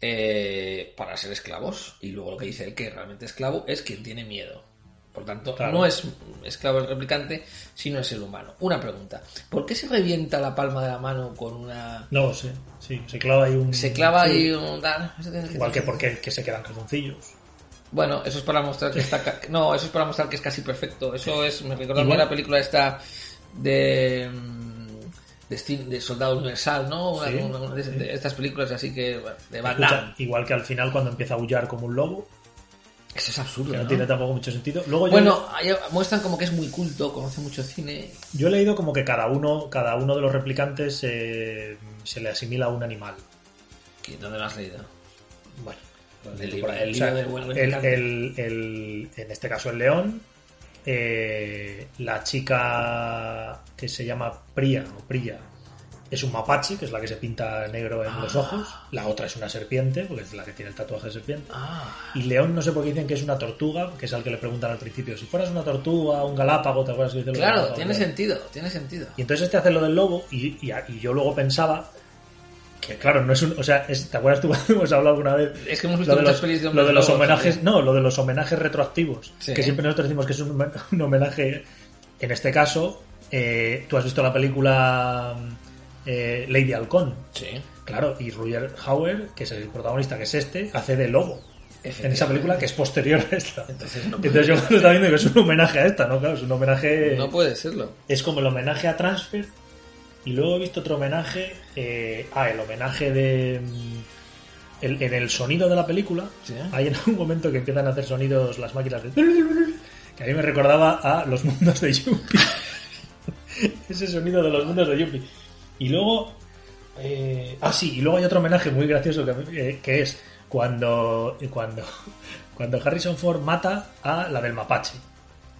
Speaker 3: eh, para ser esclavos. Y luego lo que dice él que realmente esclavo es quien tiene miedo. Por tanto,
Speaker 2: Claro.
Speaker 3: no es esclavo el replicante, sino es el humano. Una pregunta. ¿Por qué se revienta la palma de la mano con una...
Speaker 2: No, sí, sí. Se clava ahí un...
Speaker 3: Se clava
Speaker 2: sí.
Speaker 3: y un... Ah, dan-
Speaker 2: Igual que porque que se quedan calzoncillos.
Speaker 3: Bueno, eso es para mostrar que está... ca- No, eso es para mostrar que es casi perfecto. Eso es... Me recuerda
Speaker 2: Igual.
Speaker 3: a la película esta de... mm, De, Steam- de Soldado Universal, ¿no? Una-
Speaker 2: Sí,
Speaker 3: una- una de,
Speaker 2: sí.
Speaker 3: de estas películas así que... bueno, De Van
Speaker 2: Escucha,
Speaker 3: Damme.
Speaker 2: igual que al final cuando empieza a aullar como un lobo,
Speaker 3: Eso es
Speaker 2: que
Speaker 3: absurdo,
Speaker 2: no,
Speaker 3: ¿no?
Speaker 2: tiene tampoco mucho sentido. Luego yo-
Speaker 3: Bueno, ahí muestran como que es muy culto, conoce mucho cine.
Speaker 2: yo he leído como que cada uno, cada uno de los replicantes eh, se le asimila a un animal.
Speaker 3: ¿Qué- ¿Dónde lo has leído?
Speaker 2: Bueno,
Speaker 3: El
Speaker 2: el,
Speaker 3: libro- el
Speaker 2: o sea,
Speaker 3: libro del buen
Speaker 2: el-
Speaker 3: replicante.
Speaker 2: el- el- en este caso el león, eh, la chica que se llama Priya o Priya es un mapache, que es la que se pinta negro en los
Speaker 3: Ah.
Speaker 2: ojos, la otra es una serpiente, porque es la que tiene el tatuaje de serpiente.
Speaker 3: Ah,
Speaker 2: Y León no sé por qué dicen que es una tortuga, que es al que le preguntan al principio, si fueras una tortuga, un galápago, ¿te acuerdas que dice lo de
Speaker 3: claro,
Speaker 2: galápago?
Speaker 3: tiene
Speaker 2: Claro.
Speaker 3: sentido, tiene sentido.
Speaker 2: Y entonces este hace lo del lobo y, y- y yo luego pensaba que claro, no es un... O sea, es- ¿te acuerdas tú cuando hemos hablado alguna vez?
Speaker 3: Es que hemos visto
Speaker 2: Lo de
Speaker 3: muchas
Speaker 2: los,
Speaker 3: pelis de
Speaker 2: lo
Speaker 3: hombres
Speaker 2: de los
Speaker 3: lobos,
Speaker 2: homenajes,
Speaker 3: ¿sí?
Speaker 2: no, lo de los homenajes retroactivos,
Speaker 3: Sí.
Speaker 2: que siempre nosotros decimos que es un, homen- un homenaje. En este caso, eh, tú has visto la película eh, Lady Halcón,
Speaker 3: Sí.
Speaker 2: claro, y Roger Hauer, que es el protagonista, que es este, hace de lobo en
Speaker 3: Efectivamente.
Speaker 2: esa película que es posterior a esta.
Speaker 3: Entonces no puede,
Speaker 2: Entonces eh, yo cuando estaba viendo que es un homenaje a esta, ¿no? Claro, es un homenaje...
Speaker 3: no pues- puede serlo.
Speaker 2: Es como el homenaje a Transfer. Y luego he visto otro homenaje. eh, ah, el homenaje de. mm, el- en el sonido de la película.
Speaker 3: Sí.
Speaker 2: Hay en algún momento que empiezan a hacer sonidos las máquinas de. Que a mí me recordaba a los mundos de Yuppie. Ese sonido de los mundos de Yuppie. Y luego. eh, ah, sí, y luego hay otro homenaje muy gracioso que, a mí- eh, que es eh, cuando, cuando, cuando Harrison Ford mata a la del mapache.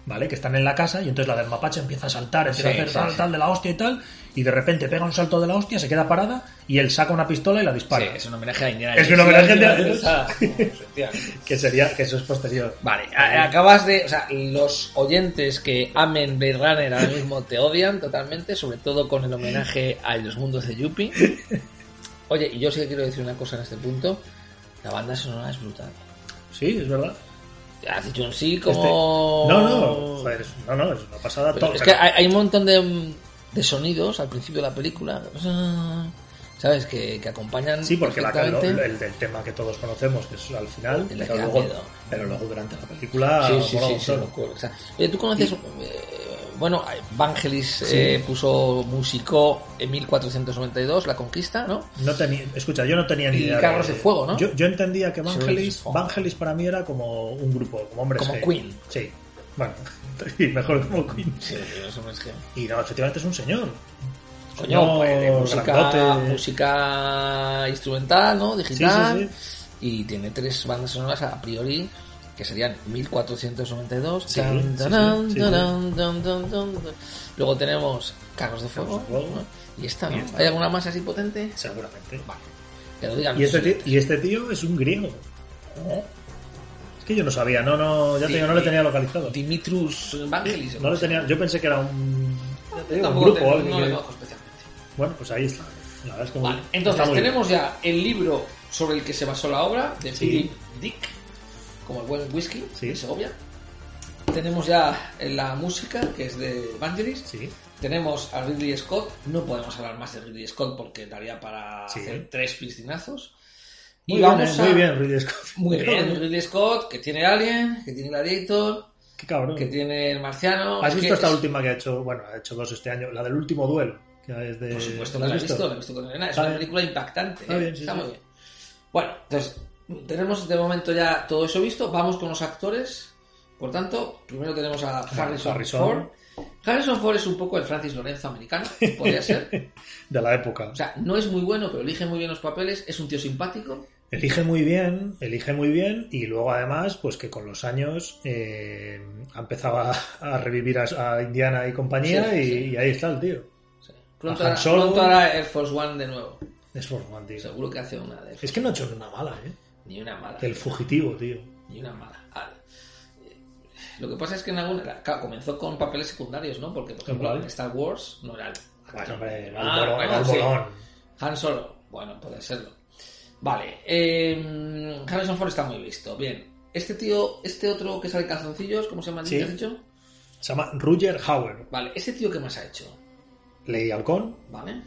Speaker 2: ¿vale? Que están en la casa y entonces la del mapache empieza a saltar, empieza
Speaker 3: Sí,
Speaker 2: a hacer
Speaker 3: sí,
Speaker 2: tal,
Speaker 3: sí.
Speaker 2: tal de la hostia y tal, y de repente pega un salto de la hostia, se queda parada y él saca una pistola y la
Speaker 3: Sí,
Speaker 2: dispara.
Speaker 3: es un homenaje a Indiana
Speaker 2: Es
Speaker 3: Jones.
Speaker 2: un homenaje a Indiana
Speaker 3: Jones.
Speaker 2: Que sería, que eso es posterior.
Speaker 3: Vale, a- acabas de. O sea, los oyentes que amen Blade Runner ahora mismo te odian totalmente, sobre todo con el homenaje a los mundos de Yuppie. Oye, y yo sí que quiero decir una cosa en este punto: la banda sonora es brutal.
Speaker 2: Sí, es verdad.
Speaker 3: Has dicho un sí
Speaker 2: Este-
Speaker 3: como.
Speaker 2: No, no, joder, es- no, no, es una pasada.
Speaker 3: Oh. Pero
Speaker 2: todo,
Speaker 3: es que
Speaker 2: pero-
Speaker 3: hay, hay un montón de, de sonidos al principio de la película, ¿sabes? Que, que acompañan.
Speaker 2: Sí, porque la, lo-
Speaker 3: perfectamente.
Speaker 2: el del tema que todos conocemos, que es al final,
Speaker 3: El de
Speaker 2: pero
Speaker 3: que da
Speaker 2: luego,
Speaker 3: miedo.
Speaker 2: pero luego durante la película
Speaker 3: Sí, sí,
Speaker 2: mola
Speaker 3: sí,
Speaker 2: un
Speaker 3: sí,
Speaker 2: montón.
Speaker 3: locura. O sea, oye, tú conoces. eh, bueno, Vangelis eh, puso musicó en 1492, La Conquista, ¿no?
Speaker 2: No tenía, escucha, yo no tenía ni
Speaker 3: Y
Speaker 2: idea.
Speaker 3: Carros de Fuego, ¿no?
Speaker 2: Yo, yo entendía que
Speaker 3: Sí,
Speaker 2: Vangelis,
Speaker 3: Fuego.
Speaker 2: Vangelis para mí era como un grupo, como hombres.
Speaker 3: Como
Speaker 2: G.
Speaker 3: Queen.
Speaker 2: Sí, bueno, y mejor como Queen.
Speaker 3: Sí, eso es que.
Speaker 2: Y no, efectivamente es un señor.
Speaker 3: Coño,
Speaker 2: Señor
Speaker 3: pues, de música,
Speaker 2: grandote.
Speaker 3: música instrumental, ¿no?
Speaker 2: Sí,
Speaker 3: Digital.
Speaker 2: sí, sí.
Speaker 3: Y tiene tres bandas sonoras a priori que serían 1492.
Speaker 2: Sí,
Speaker 3: Tan,
Speaker 2: sí, sí,
Speaker 3: tarán,
Speaker 2: sí, sí.
Speaker 3: tarán, tan, tan, tan, tan. Luego tenemos Carros de Fuego.
Speaker 2: Carros de Fuego.
Speaker 3: ¿no? Y esta, ¿no?
Speaker 2: Y esta.
Speaker 3: ¿Hay alguna más así potente?
Speaker 2: Seguramente.
Speaker 3: Vale. Que lo digan
Speaker 2: Y este,
Speaker 3: los
Speaker 2: tío, y este tío es un griego.
Speaker 3: oyentes.
Speaker 2: Es que yo no sabía, no, no, ya te
Speaker 3: Sí,
Speaker 2: digo, no le
Speaker 3: sí.
Speaker 2: tenía localizado.
Speaker 3: Dimitrus Vangelis.
Speaker 2: No le tenía, yo pensé que era un, ya te digo, un
Speaker 3: Tampoco
Speaker 2: grupo.
Speaker 3: te-
Speaker 2: o alguien
Speaker 3: no le
Speaker 2: que-
Speaker 3: conozco especialmente.
Speaker 2: Bueno, pues ahí está. La verdad es que muy-
Speaker 3: Vale, entonces
Speaker 2: está muy bien.
Speaker 3: tenemos ya el libro sobre el que se basó la obra de
Speaker 2: Sí.
Speaker 3: Philip Dick, como el buen whisky
Speaker 2: Sí.
Speaker 3: de Segovia. Tenemos ya la música, que es de Vangelis.
Speaker 2: Sí.
Speaker 3: Tenemos a Ridley Scott. No podemos hablar más de Ridley Scott porque daría para
Speaker 2: Sí.
Speaker 3: hacer tres piscinazos.
Speaker 2: Muy,
Speaker 3: y
Speaker 2: bien,
Speaker 3: vamos
Speaker 2: eh,
Speaker 3: a-
Speaker 2: muy bien, Ridley Scott.
Speaker 3: Muy bien, Ridley Scott, que tiene Alien, que tiene Gladiator,
Speaker 2: Qué cabrón.
Speaker 3: que tiene el Marciano.
Speaker 2: ¿Has
Speaker 3: que
Speaker 2: visto esta
Speaker 3: es-
Speaker 2: última que ha hecho? Bueno, ha hecho dos este año. La del último duelo. Que es de...
Speaker 3: Por supuesto
Speaker 2: ¿la
Speaker 3: que
Speaker 2: Eh, has
Speaker 3: la he visto, la he visto con Elena. Es
Speaker 2: Está
Speaker 3: una
Speaker 2: bien.
Speaker 3: película impactante.
Speaker 2: Está
Speaker 3: ¿eh?
Speaker 2: bien, sí,
Speaker 3: Está
Speaker 2: sí.
Speaker 3: muy bien. Bueno, entonces, tenemos de momento ya todo eso visto. Vamos con los actores. Por tanto, primero tenemos a Harrison,
Speaker 2: Harrison.
Speaker 3: Ford. Harrison Ford es un poco el Francis Lorenzo americano, podría ser.
Speaker 2: De la época.
Speaker 3: O sea, no es muy bueno, pero elige muy bien los papeles. Es un tío simpático.
Speaker 2: elige muy bien, elige muy bien. Y luego, además, pues que con los años eh, ha empezado a, a revivir a, a Indiana y compañía.
Speaker 3: Sí,
Speaker 2: y,
Speaker 3: sí.
Speaker 2: y ahí está el tío.
Speaker 3: O sea, pronto,
Speaker 2: A Han
Speaker 3: hará,
Speaker 2: Solo.
Speaker 3: pronto hará Air Force One de nuevo.
Speaker 2: Es por Juan, tío.
Speaker 3: Seguro que hace una de
Speaker 2: Es que no ha hecho una mala, ¿eh?
Speaker 3: Ni una mala.
Speaker 2: El fugitivo, tío.
Speaker 3: Ni una mala. Ah, eh, Lo que pasa es que en alguna, claro, comenzó con papeles secundarios, ¿no? Porque, por ejemplo,
Speaker 2: Igual.
Speaker 3: en Star Wars no era el. actor
Speaker 2: Bueno, hombre, era el
Speaker 3: principal,
Speaker 2: bolón.
Speaker 3: ¿no?
Speaker 2: era el
Speaker 3: Sí.
Speaker 2: bolón.
Speaker 3: Han Solo, bueno, puede serlo. Vale, eh, Harrison Ford está muy visto. Bien, este tío, este otro que sale en calzoncillos, ¿cómo se llama?
Speaker 2: Sí.
Speaker 3: ¿Te has dicho?
Speaker 2: Se llama Roger Hauer.
Speaker 3: Vale, ¿este tío qué más ha hecho?
Speaker 2: Ley Halcón.
Speaker 3: ¿Vale?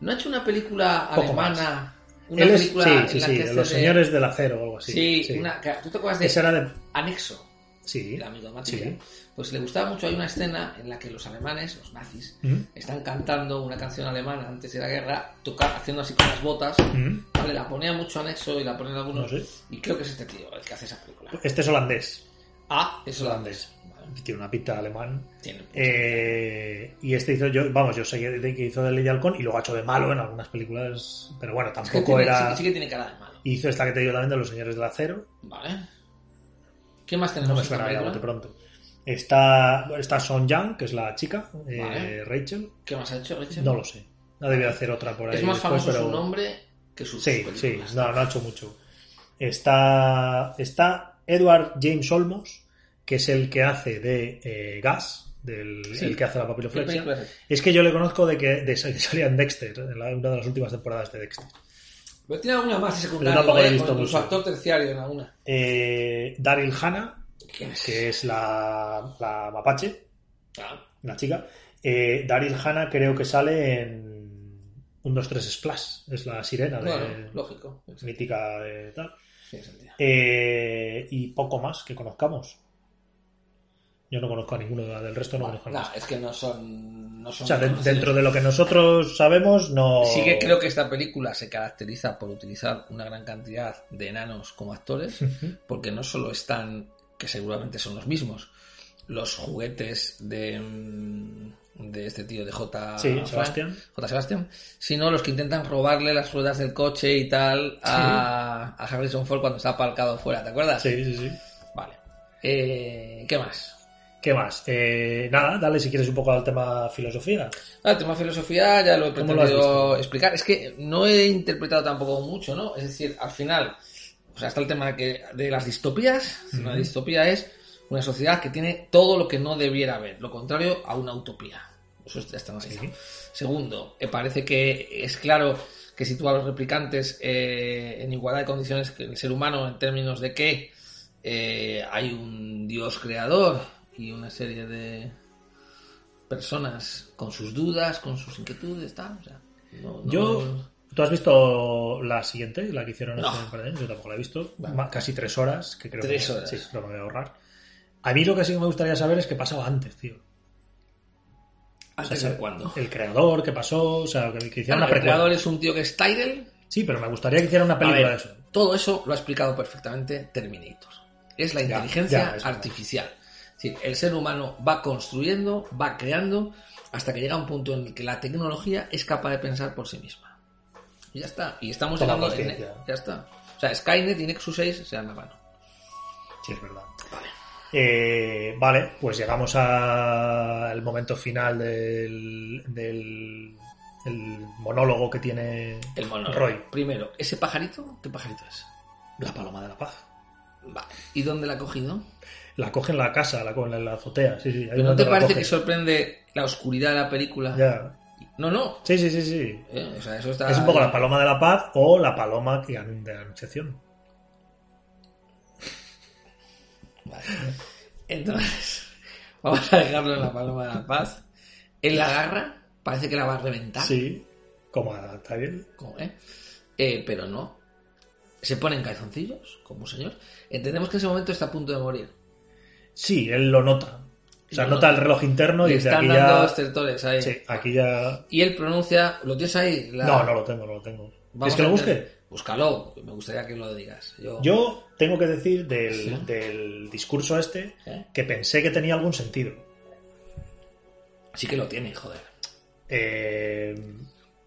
Speaker 3: ¿No ha hecho una película
Speaker 2: Poco
Speaker 3: alemana? Una
Speaker 2: Él es-
Speaker 3: película en
Speaker 2: sí, sí,
Speaker 3: la
Speaker 2: sí.
Speaker 3: que hace
Speaker 2: Los
Speaker 3: de-
Speaker 2: señores del acero o algo así.
Speaker 3: Sí, una- ¿tú te acuerdas de
Speaker 2: Esa era de.
Speaker 3: Anexo?
Speaker 2: Sí.
Speaker 3: el amigo de Matilda,
Speaker 2: Sí.
Speaker 3: pues le gustaba mucho. Hay una escena en la que los alemanes, los nazis,
Speaker 2: ¿Mm?
Speaker 3: están cantando una canción alemana antes de la guerra, toca- haciendo así con las botas.
Speaker 2: ¿Mm?
Speaker 3: Vale, la ponía mucho anexo y la ponían algunos.
Speaker 2: No sé.
Speaker 3: Y creo que es este tío el que hace esa película.
Speaker 2: Este es holandés.
Speaker 3: Ah, es holandés. Vale,
Speaker 2: Tiene una pinta de alemán.
Speaker 3: tiene-
Speaker 2: Eh, y este hizo yo, vamos, yo sé que de- que hizo de Lady Halcón y luego ha hecho de malo en algunas películas, pero bueno,
Speaker 3: es que
Speaker 2: tampoco
Speaker 3: tiene- sí,
Speaker 2: era.
Speaker 3: que- sí que tiene cara de malo.
Speaker 2: Hizo esta que te digo también de Los Señores del Acero.
Speaker 3: Vale. ¿Qué más tenemos?
Speaker 2: No me
Speaker 3: en esta
Speaker 2: suena ya
Speaker 3: película?
Speaker 2: de pronto. Está, está Son Yang, que es la chica, eh,
Speaker 3: Vale.
Speaker 2: Rachel.
Speaker 3: ¿Qué más ha hecho? Rachel?
Speaker 2: No lo sé. No debió hacer otra por ahí.
Speaker 3: Es más
Speaker 2: después,
Speaker 3: famoso
Speaker 2: pero-
Speaker 3: su nombre que sus
Speaker 2: Sí, sí,
Speaker 3: películas.
Speaker 2: no, no ha hecho mucho. Está, está Edward James Olmos, que es el que hace de eh, Gas, del,
Speaker 3: Sí.
Speaker 2: el que hace la
Speaker 3: ¿Qué
Speaker 2: papiloflexia.
Speaker 3: películas ha hecho?
Speaker 2: Es que yo le conozco de que de, que salía en Dexter, en la- una de las últimas temporadas de Dexter.
Speaker 3: Pero tiene alguna más de
Speaker 2: Pero
Speaker 3: secundario,
Speaker 2: tampoco la he
Speaker 3: ¿eh?
Speaker 2: visto
Speaker 3: Con- con su
Speaker 2: mucho.
Speaker 3: actor terciario en alguna.
Speaker 2: Eh, Daryl Hannah,
Speaker 3: ¿Quién es?
Speaker 2: que es la, la mapache,
Speaker 3: Ah,
Speaker 2: la chica. Eh, Daryl Hannah creo que sale en un 2-3 Splash, es la sirena de,
Speaker 3: bueno, lógico.
Speaker 2: mítica de tal.
Speaker 3: Tiene sentido.
Speaker 2: Eh, y poco más que conozcamos. Yo no conozco a ninguno de- del resto, no conozco a
Speaker 3: No,
Speaker 2: más.
Speaker 3: es que no son. No son
Speaker 2: O sea, de-
Speaker 3: conocidos.
Speaker 2: dentro de lo que nosotros sabemos, no.
Speaker 3: Sí que creo que esta película se caracteriza por utilizar una gran cantidad de enanos como actores,
Speaker 2: Ujú.
Speaker 3: porque no solo están, que seguramente son los mismos, los juguetes de, mm, de este tío de J.
Speaker 2: Sí,
Speaker 3: Frank,
Speaker 2: Sebastián.
Speaker 3: J. Sebastián, sino los que intentan robarle las ruedas del coche y Ah, tal a, a Harrison Ford cuando está aparcado fuera, ¿te acuerdas?
Speaker 2: Sí, sí, sí.
Speaker 3: Vale. Eh, ¿Qué más?
Speaker 2: ¿Qué más? Eh, nada, dale si quieres un poco al tema filosofía.
Speaker 3: Ah, el tema filosofía ya lo he
Speaker 2: ¿Cómo lo has
Speaker 3: pretendido explicar. Es que no he interpretado tampoco mucho, ¿no? Es decir, al final, o sea, está el tema que, de las distopías. Una
Speaker 2: Ujú.
Speaker 3: distopía es una sociedad que tiene todo lo que no debiera haber, lo contrario a una utopía. Eso está está analizado.
Speaker 2: Sí.
Speaker 3: Segundo, eh, parece que es claro que sitúa a los replicantes eh, en igualdad de condiciones que el ser humano en términos de que eh, hay un dios creador y una serie de personas con sus dudas, con sus inquietudes, tal. o sea, no- no-
Speaker 2: Yo. Mm. ¿Tú has visto la siguiente, la que hicieron
Speaker 3: No.
Speaker 2: hace un par de años? Yo tampoco la he visto.
Speaker 3: Vale.
Speaker 2: Ma- Casi tres horas, que creo
Speaker 3: Tres
Speaker 2: que
Speaker 3: horas.
Speaker 2: sí, lo me voy a ahorrar. A mí lo que sí que me gustaría saber es qué pasaba antes, tío. O sea,
Speaker 3: antes de
Speaker 2: saber
Speaker 3: cuándo.
Speaker 2: El creador, qué pasó, o sea, que, que hicieron
Speaker 3: Claro,
Speaker 2: una
Speaker 3: el
Speaker 2: precuela.
Speaker 3: creador es un tío que es Tyrell.
Speaker 2: Sí, pero me gustaría que hicieran una
Speaker 3: A
Speaker 2: película
Speaker 3: ver,
Speaker 2: de eso.
Speaker 3: Todo eso lo ha explicado perfectamente Terminator. Es la
Speaker 2: Ya,
Speaker 3: inteligencia
Speaker 2: ya, es verdad.
Speaker 3: artificial. Es decir, el ser humano va construyendo, va creando, hasta que llega un punto en el que la tecnología es capaz de pensar por sí misma. Y ya está. Y estamos
Speaker 2: Toma
Speaker 3: llegando en-
Speaker 2: conciencia.
Speaker 3: Ya está. O sea, Skynet y Nexus 6 se dan la mano.
Speaker 2: Sí, es verdad.
Speaker 3: Vale.
Speaker 2: Eh, vale, pues llegamos a- al momento final del, del el monólogo que tiene
Speaker 3: El mono.
Speaker 2: Roy.
Speaker 3: Primero, ¿ese pajarito? ¿Qué pajarito es?
Speaker 2: La paloma de la paz.
Speaker 3: Vale. ¿Y dónde la ha cogido?
Speaker 2: La coge en la casa, la coge en la azotea. Sí, sí, ahí
Speaker 3: ¿Pero no
Speaker 2: donde
Speaker 3: te
Speaker 2: la
Speaker 3: parece
Speaker 2: coge.
Speaker 3: que sorprende la oscuridad de la película?
Speaker 2: Ya.
Speaker 3: No, no.
Speaker 2: Sí, sí, sí, sí.
Speaker 3: Eh, o sea, eso está...
Speaker 2: Es un poco la paloma de la paz o la paloma que an- de la anunciación.
Speaker 3: Entonces, vamos a dejarlo en la paloma de la paz. Él la agarra, parece que la va a reventar.
Speaker 2: Sí. Como a- está bien.
Speaker 3: como, ¿eh? Eh, pero no. Se pone en calzoncillos, como un señor. Entendemos que en ese momento está a punto de morir.
Speaker 2: Sí, él lo nota. O sea,
Speaker 3: Lo
Speaker 2: nota
Speaker 3: nota.
Speaker 2: el reloj interno y
Speaker 3: Le
Speaker 2: dice
Speaker 3: están
Speaker 2: aquí
Speaker 3: dando este
Speaker 2: ya.
Speaker 3: estertores ahí.
Speaker 2: Sí, aquí ya.
Speaker 3: Y él pronuncia. ¿Lo tienes ahí? La-
Speaker 2: No, no lo tengo, no lo tengo.
Speaker 3: Vamos
Speaker 2: ¿Es que
Speaker 3: a
Speaker 2: lo
Speaker 3: entender.
Speaker 2: busque?
Speaker 3: Búscalo, me gustaría que lo digas. Yo.
Speaker 2: Yo tengo que decir del,
Speaker 3: Sí.
Speaker 2: del discurso este
Speaker 3: ¿Eh?
Speaker 2: que pensé que tenía algún sentido.
Speaker 3: Sí que lo tiene, joder.
Speaker 2: Eh,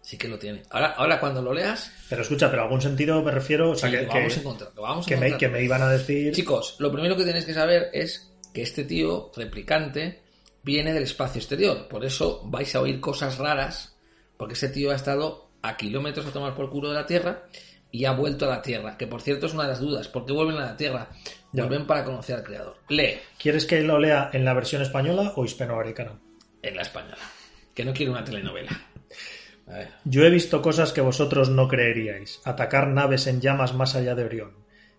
Speaker 3: Sí que lo tiene. Ahora, ahora cuando lo leas,
Speaker 2: pero escucha, pero algún sentido me refiero, o sea,
Speaker 3: sí,
Speaker 2: que,
Speaker 3: lo vamos a
Speaker 2: que-
Speaker 3: encontrar. lo vamos a
Speaker 2: que me,
Speaker 3: encontrar.
Speaker 2: que me iban a decir...
Speaker 3: Chicos, lo primero que tenéis que saber es que este tío, replicante, viene del espacio exterior. Por eso vais a oír cosas raras, porque ese tío ha estado a kilómetros a tomar por culo de la Tierra y ha vuelto a la Tierra. Que por cierto es una de las dudas. ¿Por qué vuelven a la Tierra?
Speaker 2: Ya.
Speaker 3: Vuelven para conocer al Creador. Lee
Speaker 2: ¿Quieres que lo lea en la versión española o hispanoamericana?
Speaker 3: en la española. Que no quiere una telenovela. A ver.
Speaker 2: Yo he visto cosas que vosotros no creeríais. Atacar naves en llamas más allá de Orión.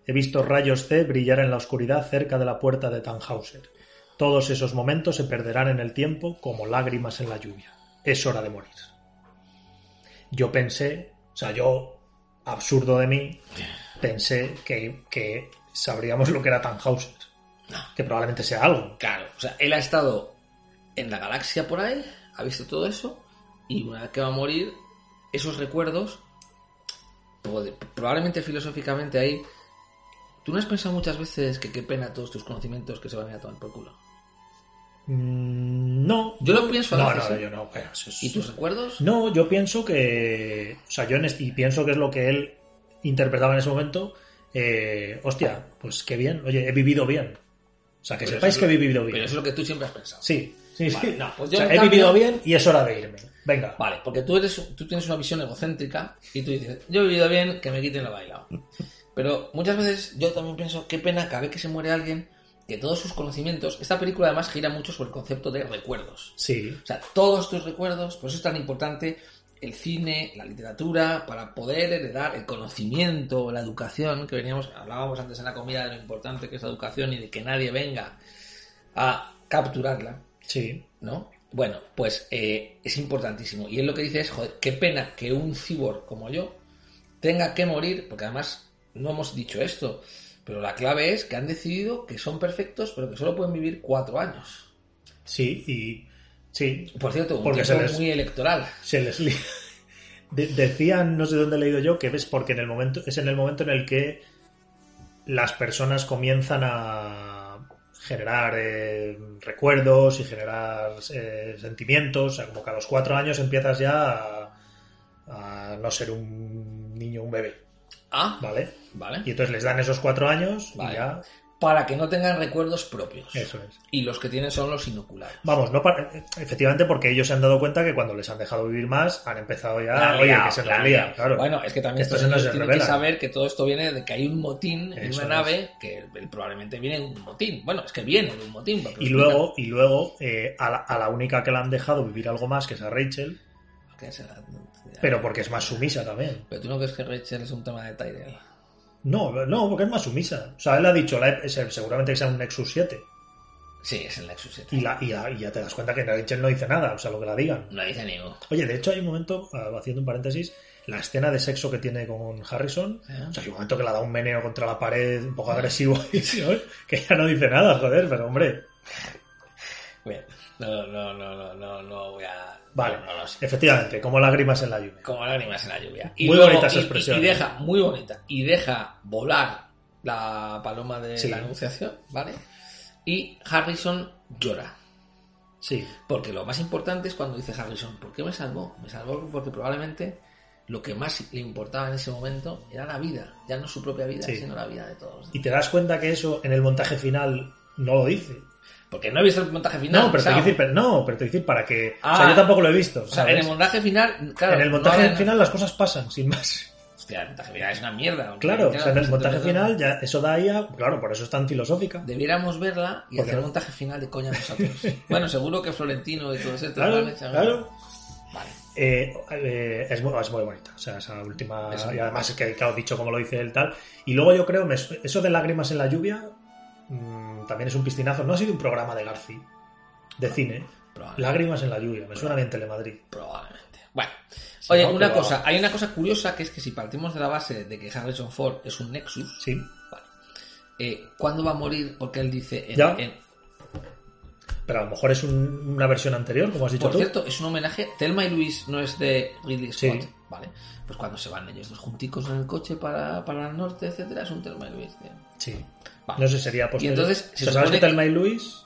Speaker 2: He visto rayos C brillar en la oscuridad cerca de la puerta de Tannhauser. Todos esos momentos se perderán en el tiempo como lágrimas en la lluvia. Es hora de morir. Yo pensé, o sea, yo, absurdo de mí, pensé que, que sabríamos lo que era Tannhauser.
Speaker 3: No.
Speaker 2: Que probablemente sea algo.
Speaker 3: Claro, o sea, él ha estado en la galaxia por ahí, ha visto todo eso, y una vez que va a morir, esos recuerdos, pod- probablemente filosóficamente ahí, ¿tú no has pensado muchas veces que qué pena todos tus conocimientos que se van a ir a tomar por culo?
Speaker 2: Mm, No.
Speaker 3: Yo lo pienso a
Speaker 2: No,
Speaker 3: veces,
Speaker 2: no,
Speaker 3: ¿eh?
Speaker 2: yo no. pero eso es-
Speaker 3: ¿Y tus recuerdos?
Speaker 2: No, yo pienso que. O sea, yo en este- y pienso que es lo que él interpretaba en ese momento. eh, hostia, pues qué bien. Oye, he vivido bien. O sea, que
Speaker 3: Pero
Speaker 2: sepáis
Speaker 3: Pues eso-
Speaker 2: que he vivido bien.
Speaker 3: Pero eso es lo que tú siempre has pensado.
Speaker 2: Sí, sí,
Speaker 3: Vale,
Speaker 2: sí.
Speaker 3: no, pues
Speaker 2: O
Speaker 3: yo
Speaker 2: sea,
Speaker 3: en
Speaker 2: he
Speaker 3: cambio-
Speaker 2: vivido bien y es hora de irme. Venga.
Speaker 3: Vale, porque tú, eres, tú tienes una visión egocéntrica y tú dices, yo he vivido bien, que me quiten lo bailado. Pero muchas veces yo también pienso, qué pena cada vez que se muere alguien, que todos sus conocimientos, esta película además gira mucho sobre el concepto de recuerdos.
Speaker 2: Sí.
Speaker 3: O sea, todos tus recuerdos, por eso es tan importante el cine, la literatura, para poder heredar el conocimiento, la educación, que veníamos, hablábamos antes en la comida de lo importante que es la educación y de que nadie venga a capturarla.
Speaker 2: Sí.
Speaker 3: ¿no? Bueno, pues eh, es importantísimo. Y él lo que dice es, joder, qué pena que un cyborg como yo tenga que morir, porque además no hemos dicho esto, pero la clave es que han decidido que son perfectos, pero que solo pueden vivir cuatro años.
Speaker 2: Sí. Y. Sí.
Speaker 3: Por cierto, un
Speaker 2: Porque se
Speaker 3: tiempo
Speaker 2: les-
Speaker 3: muy electoral.
Speaker 2: Se les li- De- decían, no sé dónde he leído yo, que ves porque en el momento, es en el momento en el que las personas comienzan a generar eh, recuerdos y generar eh, sentimientos. O sea, como que a los cuatro años empiezas ya a, a no ser un niño, un bebé,
Speaker 3: Ah,
Speaker 2: ¿vale?
Speaker 3: vale.
Speaker 2: Y entonces les dan esos cuatro años
Speaker 3: Vale.
Speaker 2: y ya.
Speaker 3: para que no tengan recuerdos propios.
Speaker 2: Eso es.
Speaker 3: Y los que tienen son los inoculados.
Speaker 2: Vamos, no para- efectivamente porque ellos se han dado cuenta que cuando les han dejado vivir más han empezado ya,
Speaker 3: La han
Speaker 2: Ah, oye,
Speaker 3: liado,
Speaker 2: que se
Speaker 3: la
Speaker 2: nos
Speaker 3: han
Speaker 2: lía,
Speaker 3: liado.
Speaker 2: claro.
Speaker 3: Bueno, es que también
Speaker 2: Esto
Speaker 3: estos
Speaker 2: se nos
Speaker 3: niños tienen que
Speaker 2: revela.
Speaker 3: saber que todo esto viene de que hay un motín en
Speaker 2: Eso
Speaker 3: una
Speaker 2: es.
Speaker 3: nave, que él probablemente viene de un motín. Bueno, es que viene de un motín. porque
Speaker 2: y
Speaker 3: lo explican.
Speaker 2: luego, y luego eh, a, la, a la única que la han dejado vivir algo más, que es a Rachel,
Speaker 3: Que sea-
Speaker 2: pero porque es más sumisa también.
Speaker 3: Pero tú no crees que Rachel es un tema de Tyrell.
Speaker 2: No, no, porque es más sumisa. O sea, él ha dicho, la he- se- seguramente que sea un Nexus 7.
Speaker 3: Sí, es el Nexus 7.
Speaker 2: Y, la, y, la- y ya te das cuenta que Rachel no dice nada, o sea, lo que la digan.
Speaker 3: No dice ni u.
Speaker 2: Oye, de hecho hay un momento, ah, haciendo un paréntesis, la escena de sexo que tiene con Harrison,
Speaker 3: Ah.
Speaker 2: o sea, hay un momento que la da un meneo contra la pared un poco agresivo, ahí, ¿no? que ya no dice nada, joder, pero hombre,
Speaker 3: Bien. No, no, no, no, no, no voy a.
Speaker 2: vale,
Speaker 3: No, no lo sé.
Speaker 2: efectivamente, como lágrimas en la lluvia.
Speaker 3: Como lágrimas en la lluvia.
Speaker 2: Muy bonita esa
Speaker 3: y-
Speaker 2: expresión.
Speaker 3: Y, deja, muy bonita. Y deja volar la paloma de
Speaker 2: Sí.
Speaker 3: la anunciación, ¿vale? Y Harrison llora.
Speaker 2: Sí,
Speaker 3: Porque lo más importante es cuando dice Harrison, ¿por qué me salvó? Me salvó porque probablemente lo que más le importaba en ese momento era la vida, ya no su propia vida,
Speaker 2: Sí.
Speaker 3: sino la vida de todos.
Speaker 2: y te das cuenta que eso en el montaje final no lo dice.
Speaker 3: Porque no he visto el montaje final.
Speaker 2: No, pero te
Speaker 3: o sea,
Speaker 2: quiero decir, pero- no, pero te quiero decir para que, o
Speaker 3: Ah.
Speaker 2: sea, yo tampoco lo he visto,
Speaker 3: o sea, en
Speaker 2: ¿sabes?
Speaker 3: el montaje final, claro.
Speaker 2: En el
Speaker 3: no
Speaker 2: montaje
Speaker 3: hablan-
Speaker 2: final las cosas pasan, sin más.
Speaker 3: Hostia, el montaje final es una mierda. aunque
Speaker 2: Claro, o
Speaker 3: tenga
Speaker 2: sea, en el
Speaker 3: la
Speaker 2: montaje
Speaker 3: presentación.
Speaker 2: final ya eso da ya, claro, por eso es tan filosófica.
Speaker 3: Debiéramos verla y
Speaker 2: Porque
Speaker 3: hacer
Speaker 2: no.
Speaker 3: el montaje final de coña nosotros. bueno, seguro que Florentino y todo eso.
Speaker 2: Claro, claro.
Speaker 3: Vale.
Speaker 2: Eh, eh, es, muy, es muy bonita, o sea, esa última.
Speaker 3: Es muy
Speaker 2: y además, es que, claro, dicho como lo dice él, tal. Y luego yo creo, me- eso de lágrimas en la lluvia mm, también es un pistinazo. No ha sido un programa de Garci, de cine.
Speaker 3: Probable-
Speaker 2: Lágrimas en la lluvia, me suena bien Telemadrid.
Speaker 3: Probablemente. Bueno. Oye,
Speaker 2: no,
Speaker 3: una
Speaker 2: pero-
Speaker 3: cosa. Hay una cosa curiosa que es que si partimos de la base de que Harrison Ford es un Nexus,
Speaker 2: Sí,
Speaker 3: eh, ¿cuándo va a morir? Porque él dice... en-
Speaker 2: Ya.
Speaker 3: en-
Speaker 2: pero a lo mejor es un- una versión anterior, como has dicho
Speaker 3: por
Speaker 2: tú.
Speaker 3: cierto, es un homenaje. Thelma y Luis no es de Ridley
Speaker 2: Sí.
Speaker 3: Scott. Vale. Pues cuando se van ellos dos junticos en el coche para, para el norte, etcétera, es un Thelma y Luis. tío.
Speaker 2: Sí.
Speaker 3: Vale.
Speaker 2: No sé, sería posterior.
Speaker 3: Y entonces, se
Speaker 2: O sea, ¿Sabes
Speaker 3: supone
Speaker 2: que Telma y Luis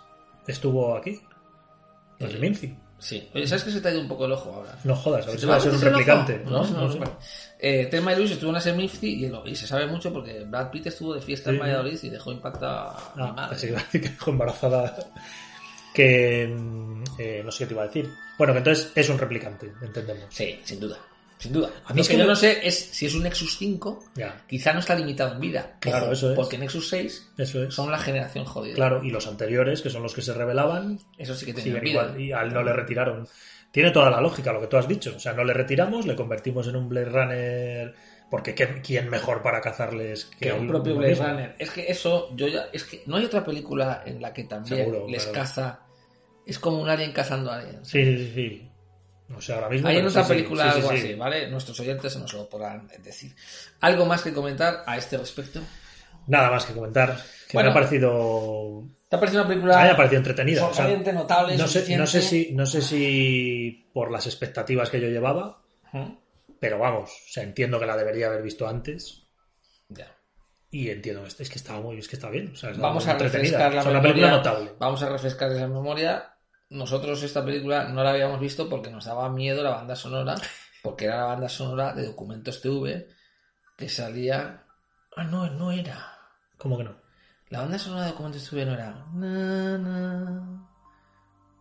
Speaker 2: estuvo aquí? En
Speaker 3: Eh,
Speaker 2: Minci.
Speaker 3: Sí. Oye, ¿sabes que se te ha ido un poco el ojo ahora?
Speaker 2: No jodas, a ver
Speaker 3: ¿Se
Speaker 2: si
Speaker 3: te va
Speaker 2: va a ser un
Speaker 3: meter el ojo?
Speaker 2: replicante.
Speaker 3: No, no,
Speaker 2: No
Speaker 3: no,
Speaker 2: sé.
Speaker 3: vale. Eh, Thelma y Luis estuvo en la Semifty y, lo- y se sabe mucho porque Brad Pitt estuvo de fiesta en
Speaker 2: Sí.
Speaker 3: Valladolid y dejó impactada a mi
Speaker 2: Ah,
Speaker 3: madre.
Speaker 2: así iba a decir que dejó embarazada. Que mm, eh, no sé qué te iba a decir. Bueno, que entonces es un replicante, entendemos.
Speaker 3: Sí, sin duda. Sin duda.
Speaker 2: A mí
Speaker 3: Lo
Speaker 2: es
Speaker 3: que
Speaker 2: que
Speaker 3: yo
Speaker 2: me-
Speaker 3: no sé es si es un Nexus 5,
Speaker 2: Ya,
Speaker 3: quizá no está limitado en vida.
Speaker 2: Claro, eso es.
Speaker 3: Porque Nexus 6
Speaker 2: eso es.
Speaker 3: son la generación jodida.
Speaker 2: Claro, y los anteriores, que son los que se revelaban,
Speaker 3: Eso sí que tenían
Speaker 2: siguen
Speaker 3: vida.
Speaker 2: igual y al no le retiraron. Tiene toda la lógica lo que tú has dicho. O sea, no le retiramos, le convertimos en un Blade Runner. Porque ¿qué- ¿quién mejor para cazarles
Speaker 3: que
Speaker 2: a
Speaker 3: el
Speaker 2: uno
Speaker 3: propio Blade
Speaker 2: mismo?
Speaker 3: Runner. Es que eso, yo ya. Es que no hay otra película en la que también
Speaker 2: Seguro,
Speaker 3: les
Speaker 2: claro.
Speaker 3: caza. Es como un alien cazando a alguien.
Speaker 2: Sí, sí, sí, sí. O sea, ahora mismo.
Speaker 3: Hay en
Speaker 2: pero
Speaker 3: otra
Speaker 2: sí, sí,
Speaker 3: película
Speaker 2: sí, sí,
Speaker 3: algo
Speaker 2: sí.
Speaker 3: así, ¿vale? Nuestros oyentes nos lo podrán decir. ¿Algo más que comentar a este respecto?
Speaker 2: Nada más que comentar. Que me
Speaker 3: Bueno.
Speaker 2: ha parecido.
Speaker 3: ¿Te ha parecido una película
Speaker 2: Me ha parecido entretenida. O sea,
Speaker 3: sorprendente, notable,
Speaker 2: no sé,
Speaker 3: suficiente?
Speaker 2: no sé si no sé si por las expectativas que yo llevaba
Speaker 3: Ujú.
Speaker 2: pero vamos o sea entiendo que la debería haber visto antes
Speaker 3: Ya.
Speaker 2: y entiendo que es que estaba muy es que está bien o sea, estaba
Speaker 3: Vamos
Speaker 2: muy
Speaker 3: a refrescar la
Speaker 2: Pues o sea, una
Speaker 3: memoria.
Speaker 2: película notable
Speaker 3: Vamos a refrescar esa memoria. Nosotros esta película no la habíamos visto porque nos daba miedo la banda sonora, porque era la banda sonora de Documentos TV que salía... Ah, no, no era.
Speaker 2: cómo que no
Speaker 3: La banda sonora de Documentos TV no era... Na, na,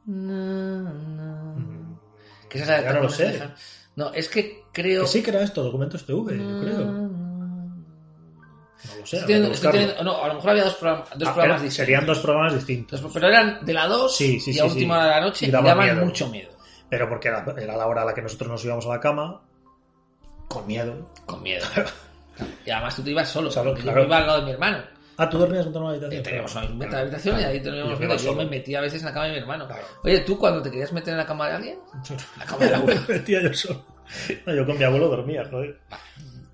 Speaker 3: na, na.
Speaker 2: Mm,
Speaker 3: Que esa es la de
Speaker 2: ya no lo
Speaker 3: Tom
Speaker 2: sé
Speaker 3: Stefan. No, es que creo.
Speaker 2: que sí que era esto documentos TV yo creo no
Speaker 3: No
Speaker 2: lo sé
Speaker 3: Mm. Estoy
Speaker 2: habrá
Speaker 3: teniendo-
Speaker 2: que
Speaker 3: estoy
Speaker 2: buscarlo.
Speaker 3: teniendo- no, a lo mejor había dos, programas dos
Speaker 2: Ah,
Speaker 3: programas
Speaker 2: era-
Speaker 3: distintos.
Speaker 2: serían dos programas distintos
Speaker 3: Dos- pero eran de la 2
Speaker 2: Sí, sí,
Speaker 3: y
Speaker 2: sí,
Speaker 3: a
Speaker 2: sí.
Speaker 3: última hora de la noche
Speaker 2: Y
Speaker 3: y
Speaker 2: daban
Speaker 3: daban
Speaker 2: miedo.
Speaker 3: mucho miedo.
Speaker 2: pero porque era, era la hora a la que nosotros nos íbamos a la cama con miedo
Speaker 3: Con miedo. y además tú te ibas solo.
Speaker 2: O sea,
Speaker 3: porque
Speaker 2: claro.
Speaker 3: Yo me iba al lado de mi hermano.
Speaker 2: ah tú dormías en una habitación
Speaker 3: Teníamos una
Speaker 2: Claro.
Speaker 3: misma
Speaker 2: Claro.
Speaker 3: habitación y ahí
Speaker 2: Yo
Speaker 3: teníamos
Speaker 2: me
Speaker 3: miedo.
Speaker 2: iba
Speaker 3: Yo
Speaker 2: solo.
Speaker 3: me metía a veces en la cama de mi hermano.
Speaker 2: Claro.
Speaker 3: Oye, tú cuando te querías meter en la cama de alguien, en la cama de la abuela.
Speaker 2: Me metía yo solo. No, yo con mi abuelo dormía, joder.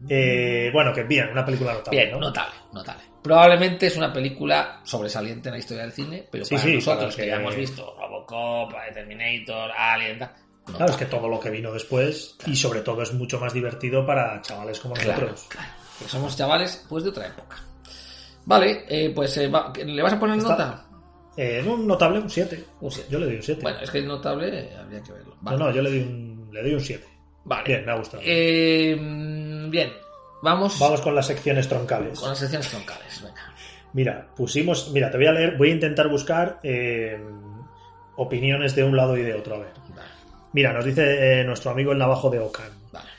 Speaker 2: Eh, bueno, que bien, una película notable,
Speaker 3: Bien,
Speaker 2: ¿no?
Speaker 3: notable, notable. Probablemente es una película sobresaliente en la historia del cine, pero
Speaker 2: Sí,
Speaker 3: para
Speaker 2: sí,
Speaker 3: nosotros
Speaker 2: para
Speaker 3: que...
Speaker 2: que-
Speaker 3: ya hemos visto Robocop, Terminator, Alien, tal,
Speaker 2: Claro, es que todo lo que vino después, y sobre todo es mucho más divertido para chavales como
Speaker 3: Claro,
Speaker 2: nosotros.
Speaker 3: claro. Porque somos chavales, pues de otra época. Vale, eh, pues eh, va- ¿le vas a poner
Speaker 2: Está-
Speaker 3: nota?
Speaker 2: Eh, un notable, un 7.
Speaker 3: Un siete.
Speaker 2: Yo le doy un 7.
Speaker 3: Bueno, es que el notable eh, habría que verlo. Vale.
Speaker 2: No, no, yo le doy un, le doy un 7.
Speaker 3: vale.
Speaker 2: Bien, me ha gustado.
Speaker 3: Eh, mm, bien, vamos,
Speaker 2: Vamos con las secciones troncales.
Speaker 3: con las secciones troncales. Venga.
Speaker 2: Mira, pusimos. Mira, te voy a leer. Voy a intentar buscar eh, opiniones de un lado y de otro. A ver.
Speaker 3: Vale,
Speaker 2: Mira, nos dice eh, nuestro amigo el navajo de Ocan.
Speaker 3: vale.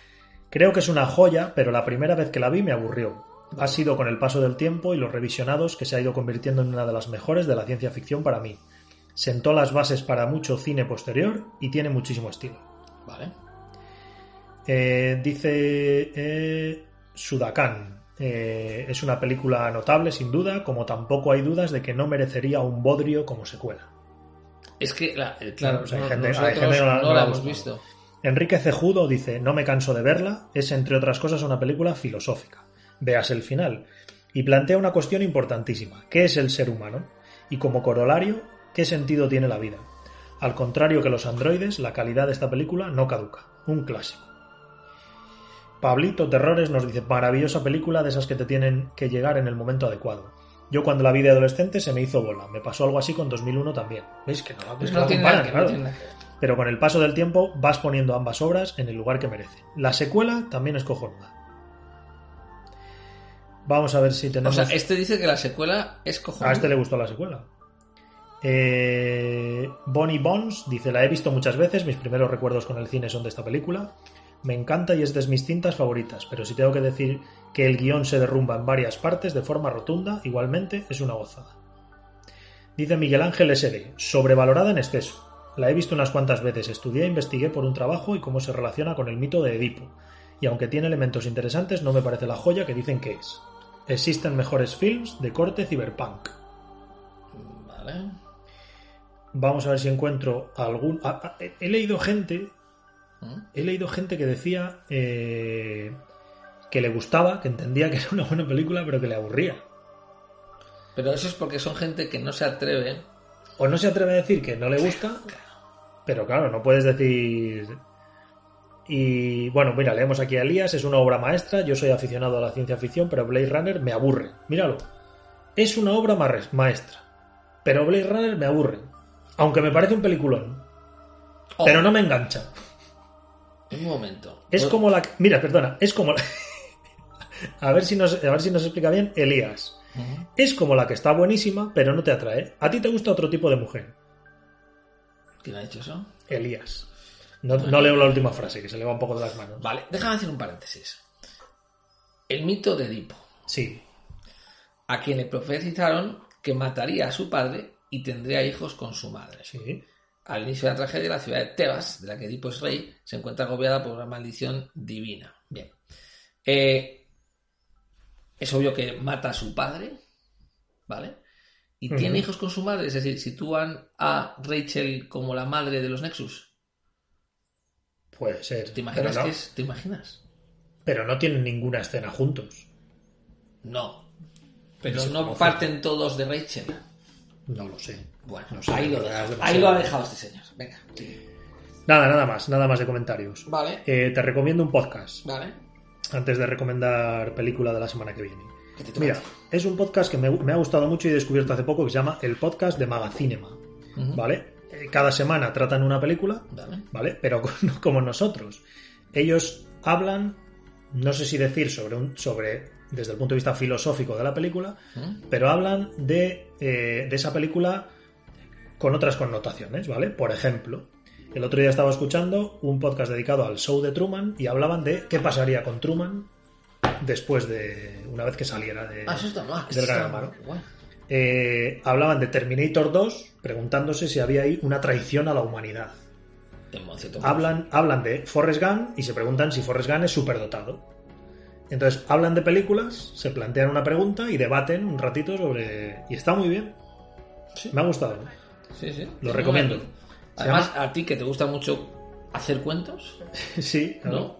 Speaker 2: Creo que es una joya, pero la primera vez que la vi me aburrió. Ha sido con el paso del tiempo y los revisionados que se ha ido convirtiendo en una de las mejores de la ciencia ficción para mí. Sentó las bases para mucho cine posterior y tiene muchísimo estilo.
Speaker 3: Vale.
Speaker 2: Eh, dice eh, Sudakan. eh, es una película notable, sin duda, como tampoco hay dudas de que no merecería un bodrio como secuela.
Speaker 3: Es que, la- eh, claro,
Speaker 2: O sea, hay
Speaker 3: no-
Speaker 2: gente- hay
Speaker 3: nosotros
Speaker 2: gente que no la-
Speaker 3: no,
Speaker 2: no la
Speaker 3: la
Speaker 2: ha
Speaker 3: hemos
Speaker 2: gustado.
Speaker 3: visto.
Speaker 2: Enrique Cejudo dice, no me canso de verla, es entre otras cosas una película filosófica. Veas el final. Y plantea una cuestión importantísima, ¿qué es el ser humano? Y como corolario, ¿qué sentido tiene la vida? Al contrario que los androides, la calidad de esta película no caduca, un clásico. Pablito Terrores nos dice, maravillosa película de esas que te tienen que llegar en el momento adecuado. Yo cuando la vi de adolescente se me hizo bola, me pasó algo así con 2001 también. ¿Veis que no, la- es que
Speaker 3: Pues no,
Speaker 2: la
Speaker 3: tiene
Speaker 2: comparan,
Speaker 3: nada que, no
Speaker 2: claro
Speaker 3: tiene nada que ver.
Speaker 2: pero con el paso del tiempo vas poniendo ambas obras en el lugar que merecen. La secuela también es cojonuda. Vamos a ver si
Speaker 3: O
Speaker 2: tenemos...
Speaker 3: sea, este dice que la secuela es cojonuda.
Speaker 2: A este le gustó la secuela. Eh, Bonnie Bones dice, la he visto muchas veces, mis primeros recuerdos con el cine son de esta película. Me encanta y es de mis cintas favoritas, pero si tengo que decir que el guión se derrumba en varias partes de forma rotunda, igualmente es una gozada. Dice Miguel Ángel S.D., sobrevalorada en exceso. La he visto unas cuantas veces, estudié e investigué por un trabajo y cómo se relaciona con el mito de Edipo. Y aunque tiene elementos interesantes, no me parece la joya que dicen que es. Existen mejores films de corte cyberpunk.
Speaker 3: Vale.
Speaker 2: Vamos a ver si encuentro algún. ah, ah, he- he leído gente.
Speaker 3: ¿Mm?
Speaker 2: He leído gente que decía eh, que le gustaba, que entendía que era una buena película, pero que le aburría.
Speaker 3: Pero eso es porque son gente que no se atreve.
Speaker 2: O no se atreve a decir que no le gusta, pero claro, no puedes decir. Y bueno, mira, leemos aquí a Elías, es una obra maestra, yo soy aficionado a la ciencia ficción, pero Blade Runner me aburre. Míralo. Es una obra ma- maestra, pero Blade Runner me aburre. Aunque me parece un peliculón,
Speaker 3: Oh,
Speaker 2: pero no me engancha.
Speaker 3: Un momento.
Speaker 2: Es
Speaker 3: Pues-
Speaker 2: como la. Mira, perdona, es como. la- a, ver si nos, a ver si nos explica bien, Elías.
Speaker 3: Ujú.
Speaker 2: Es como la que está buenísima, pero no te atrae. A ti te gusta otro tipo de mujer,
Speaker 3: ¿Quién ha dicho eso?
Speaker 2: Elías. No, no leo la última frase, que se le va un poco de las manos.
Speaker 3: Vale, déjame hacer un paréntesis. El mito de Edipo,
Speaker 2: Sí,
Speaker 3: a quien le profetizaron que mataría a su padre y tendría hijos con su madre.
Speaker 2: sí.
Speaker 3: Al inicio de la tragedia, la ciudad de Tebas, de la que Edipo es rey, se encuentra agobiada por una maldición divina. Bien. Eh, es obvio que mata a su padre, ¿vale? Y
Speaker 2: Ujú.
Speaker 3: tiene hijos con su madre, es decir, sitúan a Rachel como la madre de los Nexus.
Speaker 2: Puede ser.
Speaker 3: ¿Te imaginas
Speaker 2: pero, no,
Speaker 3: que es? ¿Te imaginas?
Speaker 2: pero no tienen ninguna escena juntos.
Speaker 3: No. Pero
Speaker 2: Sí,
Speaker 3: no
Speaker 2: ojo.
Speaker 3: parten todos de Rachel.
Speaker 2: No lo sé.
Speaker 3: Bueno,
Speaker 2: No sé,
Speaker 3: ahí, lo
Speaker 2: la verdad
Speaker 3: deja.
Speaker 2: es demasiado.
Speaker 3: ahí lo ha dejado este señor. Venga.
Speaker 2: Nada, nada más, nada más de comentarios.
Speaker 3: Vale,
Speaker 2: Eh, te recomiendo un podcast
Speaker 3: vale.
Speaker 2: antes de recomendar película de la semana que viene.
Speaker 3: Que te toca
Speaker 2: Mira,
Speaker 3: a ti.
Speaker 2: es un podcast que me, me ha gustado mucho y he descubierto hace poco que se llama El Podcast de Magacinema.
Speaker 3: Ujú.
Speaker 2: ¿Vale? Eh, Cada semana tratan una película,
Speaker 3: Vale.
Speaker 2: ¿vale? Pero con- como nosotros. Ellos hablan, no sé si decir sobre un. sobre. desde el punto de vista filosófico de la película,
Speaker 3: Ujú.
Speaker 2: pero hablan de, eh, de esa película con otras connotaciones, ¿vale? Por ejemplo, el otro día estaba escuchando un podcast dedicado al show de Truman y hablaban de qué pasaría con Truman después de. una vez que saliera de.
Speaker 3: Ah, eso está mal.
Speaker 2: del
Speaker 3: eso está
Speaker 2: Gran
Speaker 3: mal.
Speaker 2: Hermano.
Speaker 3: Guay.
Speaker 2: Eh, hablaban de Terminator 2 preguntándose si había ahí una traición a la humanidad.
Speaker 3: En cierto modo.
Speaker 2: Hablan, hablan de Forrest Gump y se preguntan si Forrest Gump es superdotado. Entonces hablan de películas, se plantean una pregunta y debaten un ratito sobre... Y está muy bien.
Speaker 3: Sí.
Speaker 2: Me ha gustado.
Speaker 3: Sí, sí.
Speaker 2: Lo recomiendo. Se
Speaker 3: Además, a ti que te gusta mucho hacer cuentos,
Speaker 2: Sí, claro.
Speaker 3: ¿no?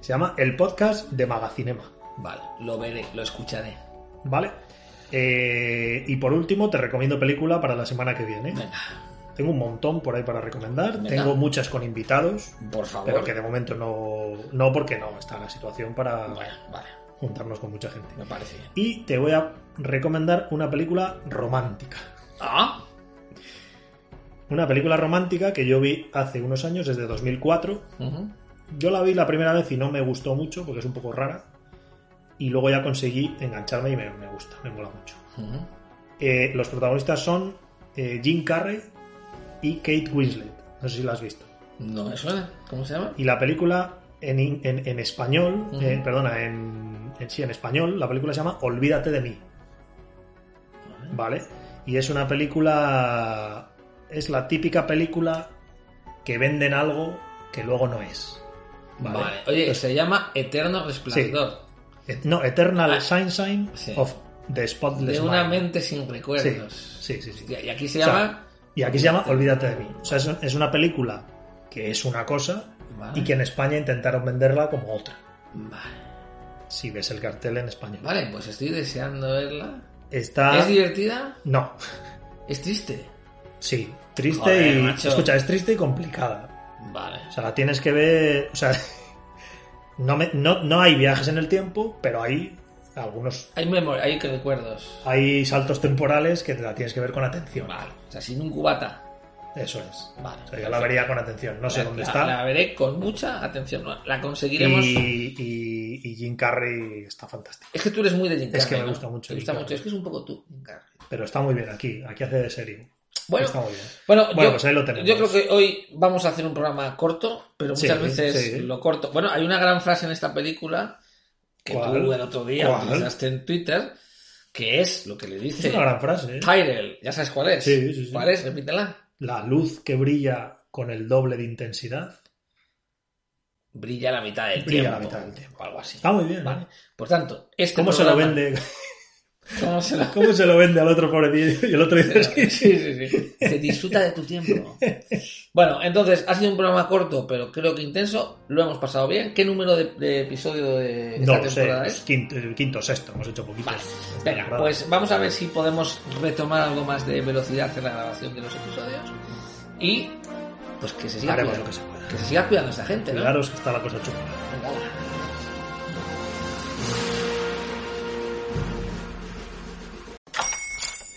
Speaker 2: Se llama El Podcast de Magacinema.
Speaker 3: Vale, lo veré, lo escucharé.
Speaker 2: ¿Vale? Eh, y por último, te recomiendo película para la semana que viene.
Speaker 3: Venga,
Speaker 2: Tengo un montón por ahí para recomendar.
Speaker 3: Venga.
Speaker 2: Tengo muchas con invitados.
Speaker 3: por favor.
Speaker 2: Pero que de momento no, no porque no está la situación para
Speaker 3: Bueno, vale,
Speaker 2: juntarnos con mucha gente.
Speaker 3: me parece bien.
Speaker 2: Y te voy a recomendar una película romántica.
Speaker 3: Ah,
Speaker 2: Una película romántica que yo vi hace unos años, desde 2004.
Speaker 3: ujú.
Speaker 2: Yo la vi la primera vez y no me gustó mucho porque es un poco rara. y luego ya conseguí engancharme y me, me gusta, me mola mucho. Eh, los protagonistas son eh, Jim Carrey y Kate Winslet. No sé si la has visto.
Speaker 3: No me suena. ¿Cómo se llama?
Speaker 2: Y la película en, in- en- en español,
Speaker 3: Ujú.
Speaker 2: eh, perdona, en, en- sí, en español, la película se llama Olvídate de mí, ¿vale? Y es una película, es la típica película que venden algo que luego no es.
Speaker 3: Vale. Oye,
Speaker 2: Pues-
Speaker 3: se llama Eterno Resplandor.
Speaker 2: Et- no, Eternal
Speaker 3: Ah.
Speaker 2: Sunshine
Speaker 3: Sí.
Speaker 2: of the Spotless
Speaker 3: de una
Speaker 2: Mind.
Speaker 3: mente sin recuerdos.
Speaker 2: Sí, sí, sí, sí.
Speaker 3: Hostia, y aquí se
Speaker 2: O sea,
Speaker 3: llama.
Speaker 2: Y aquí se llama Olvídate de mí. O sea, es, es una película que es una cosa
Speaker 3: Vale.
Speaker 2: y que en España intentaron venderla como otra.
Speaker 3: Vale.
Speaker 2: Si ves el cartel en español.
Speaker 3: Vale, pues estoy deseando verla.
Speaker 2: Está...
Speaker 3: ¿Es divertida?
Speaker 2: No,
Speaker 3: ¿Es triste?
Speaker 2: sí, triste
Speaker 3: Joder,
Speaker 2: y...
Speaker 3: macho.
Speaker 2: Escucha, es triste y complicada.
Speaker 3: Vale.
Speaker 2: O sea, la tienes que ver... O sea, no, me- no, no hay viajes en el tiempo, pero hay algunos...
Speaker 3: Hay memoria, hay recuerdos.
Speaker 2: Hay saltos temporales que te la tienes que ver con atención.
Speaker 3: Vale. O sea, sin un cubata.
Speaker 2: Eso es.
Speaker 3: Vale.
Speaker 2: O sea, yo la vería con atención. No sé dónde
Speaker 3: la,
Speaker 2: está.
Speaker 3: La veré con mucha atención. La conseguiremos.
Speaker 2: Y, y, y Jim Carrey está fantástico.
Speaker 3: Es que tú eres muy de Jim
Speaker 2: Es que
Speaker 3: Carrey,
Speaker 2: me
Speaker 3: ¿no?
Speaker 2: gusta mucho
Speaker 3: Te
Speaker 2: Jim
Speaker 3: gusta
Speaker 2: Carrey.
Speaker 3: mucho. Es que es un poco tú, Jim Carrey.
Speaker 2: Pero está muy bien aquí. Aquí hace de serio.
Speaker 3: Bueno,
Speaker 2: Está muy bien.
Speaker 3: Bueno,
Speaker 2: Bueno,
Speaker 3: yo,
Speaker 2: pues ahí lo tenemos.
Speaker 3: yo creo que hoy vamos a hacer un programa corto, pero muchas
Speaker 2: Sí,
Speaker 3: veces
Speaker 2: sí.
Speaker 3: lo corto. Bueno, hay una gran frase en esta película que
Speaker 2: ¿Cuál?
Speaker 3: tú el otro día
Speaker 2: ¿Cuál?
Speaker 3: utilizaste en Twitter, que es lo que le
Speaker 2: Es
Speaker 3: dice
Speaker 2: una gran frase. ¿eh?
Speaker 3: Tyrell. ¿Ya sabes cuál es?
Speaker 2: Sí, sí, sí.
Speaker 3: ¿Cuál es? Repítela.
Speaker 2: La luz que brilla con el doble de intensidad.
Speaker 3: Brilla la mitad del
Speaker 2: Brilla
Speaker 3: tiempo.
Speaker 2: la mitad del tiempo.
Speaker 3: o algo así.
Speaker 2: Está muy bien. ¿eh?
Speaker 3: Vale. Por tanto, este
Speaker 2: ¿Cómo se lo
Speaker 3: programa-
Speaker 2: vende?
Speaker 3: ¿Cómo se lo
Speaker 2: ¿Cómo se lo vende al otro pobrecillo? Y el otro dice sí.
Speaker 3: Sí, sí, sí. Se disfruta de tu tiempo. Bueno, entonces, ha sido un programa corto, pero creo que intenso. Lo hemos pasado bien. ¿Qué número de, de episodio de esta
Speaker 2: No lo sé,
Speaker 3: temporada
Speaker 2: pues,
Speaker 3: es?
Speaker 2: quinto, eh, quinto, sexto, hemos hecho poquitos.
Speaker 3: Vale.
Speaker 2: Esta
Speaker 3: Venga,
Speaker 2: temporada.
Speaker 3: pues vamos a ver si podemos retomar algo más de velocidad en la grabación de los episodios. Y pues que se siga,
Speaker 2: haremos lo
Speaker 3: cuidando,
Speaker 2: que se pueda.
Speaker 3: que se siga cuidando esta gente, ¿no?
Speaker 2: Cuidaros que está la cosa chula.
Speaker 3: Venga.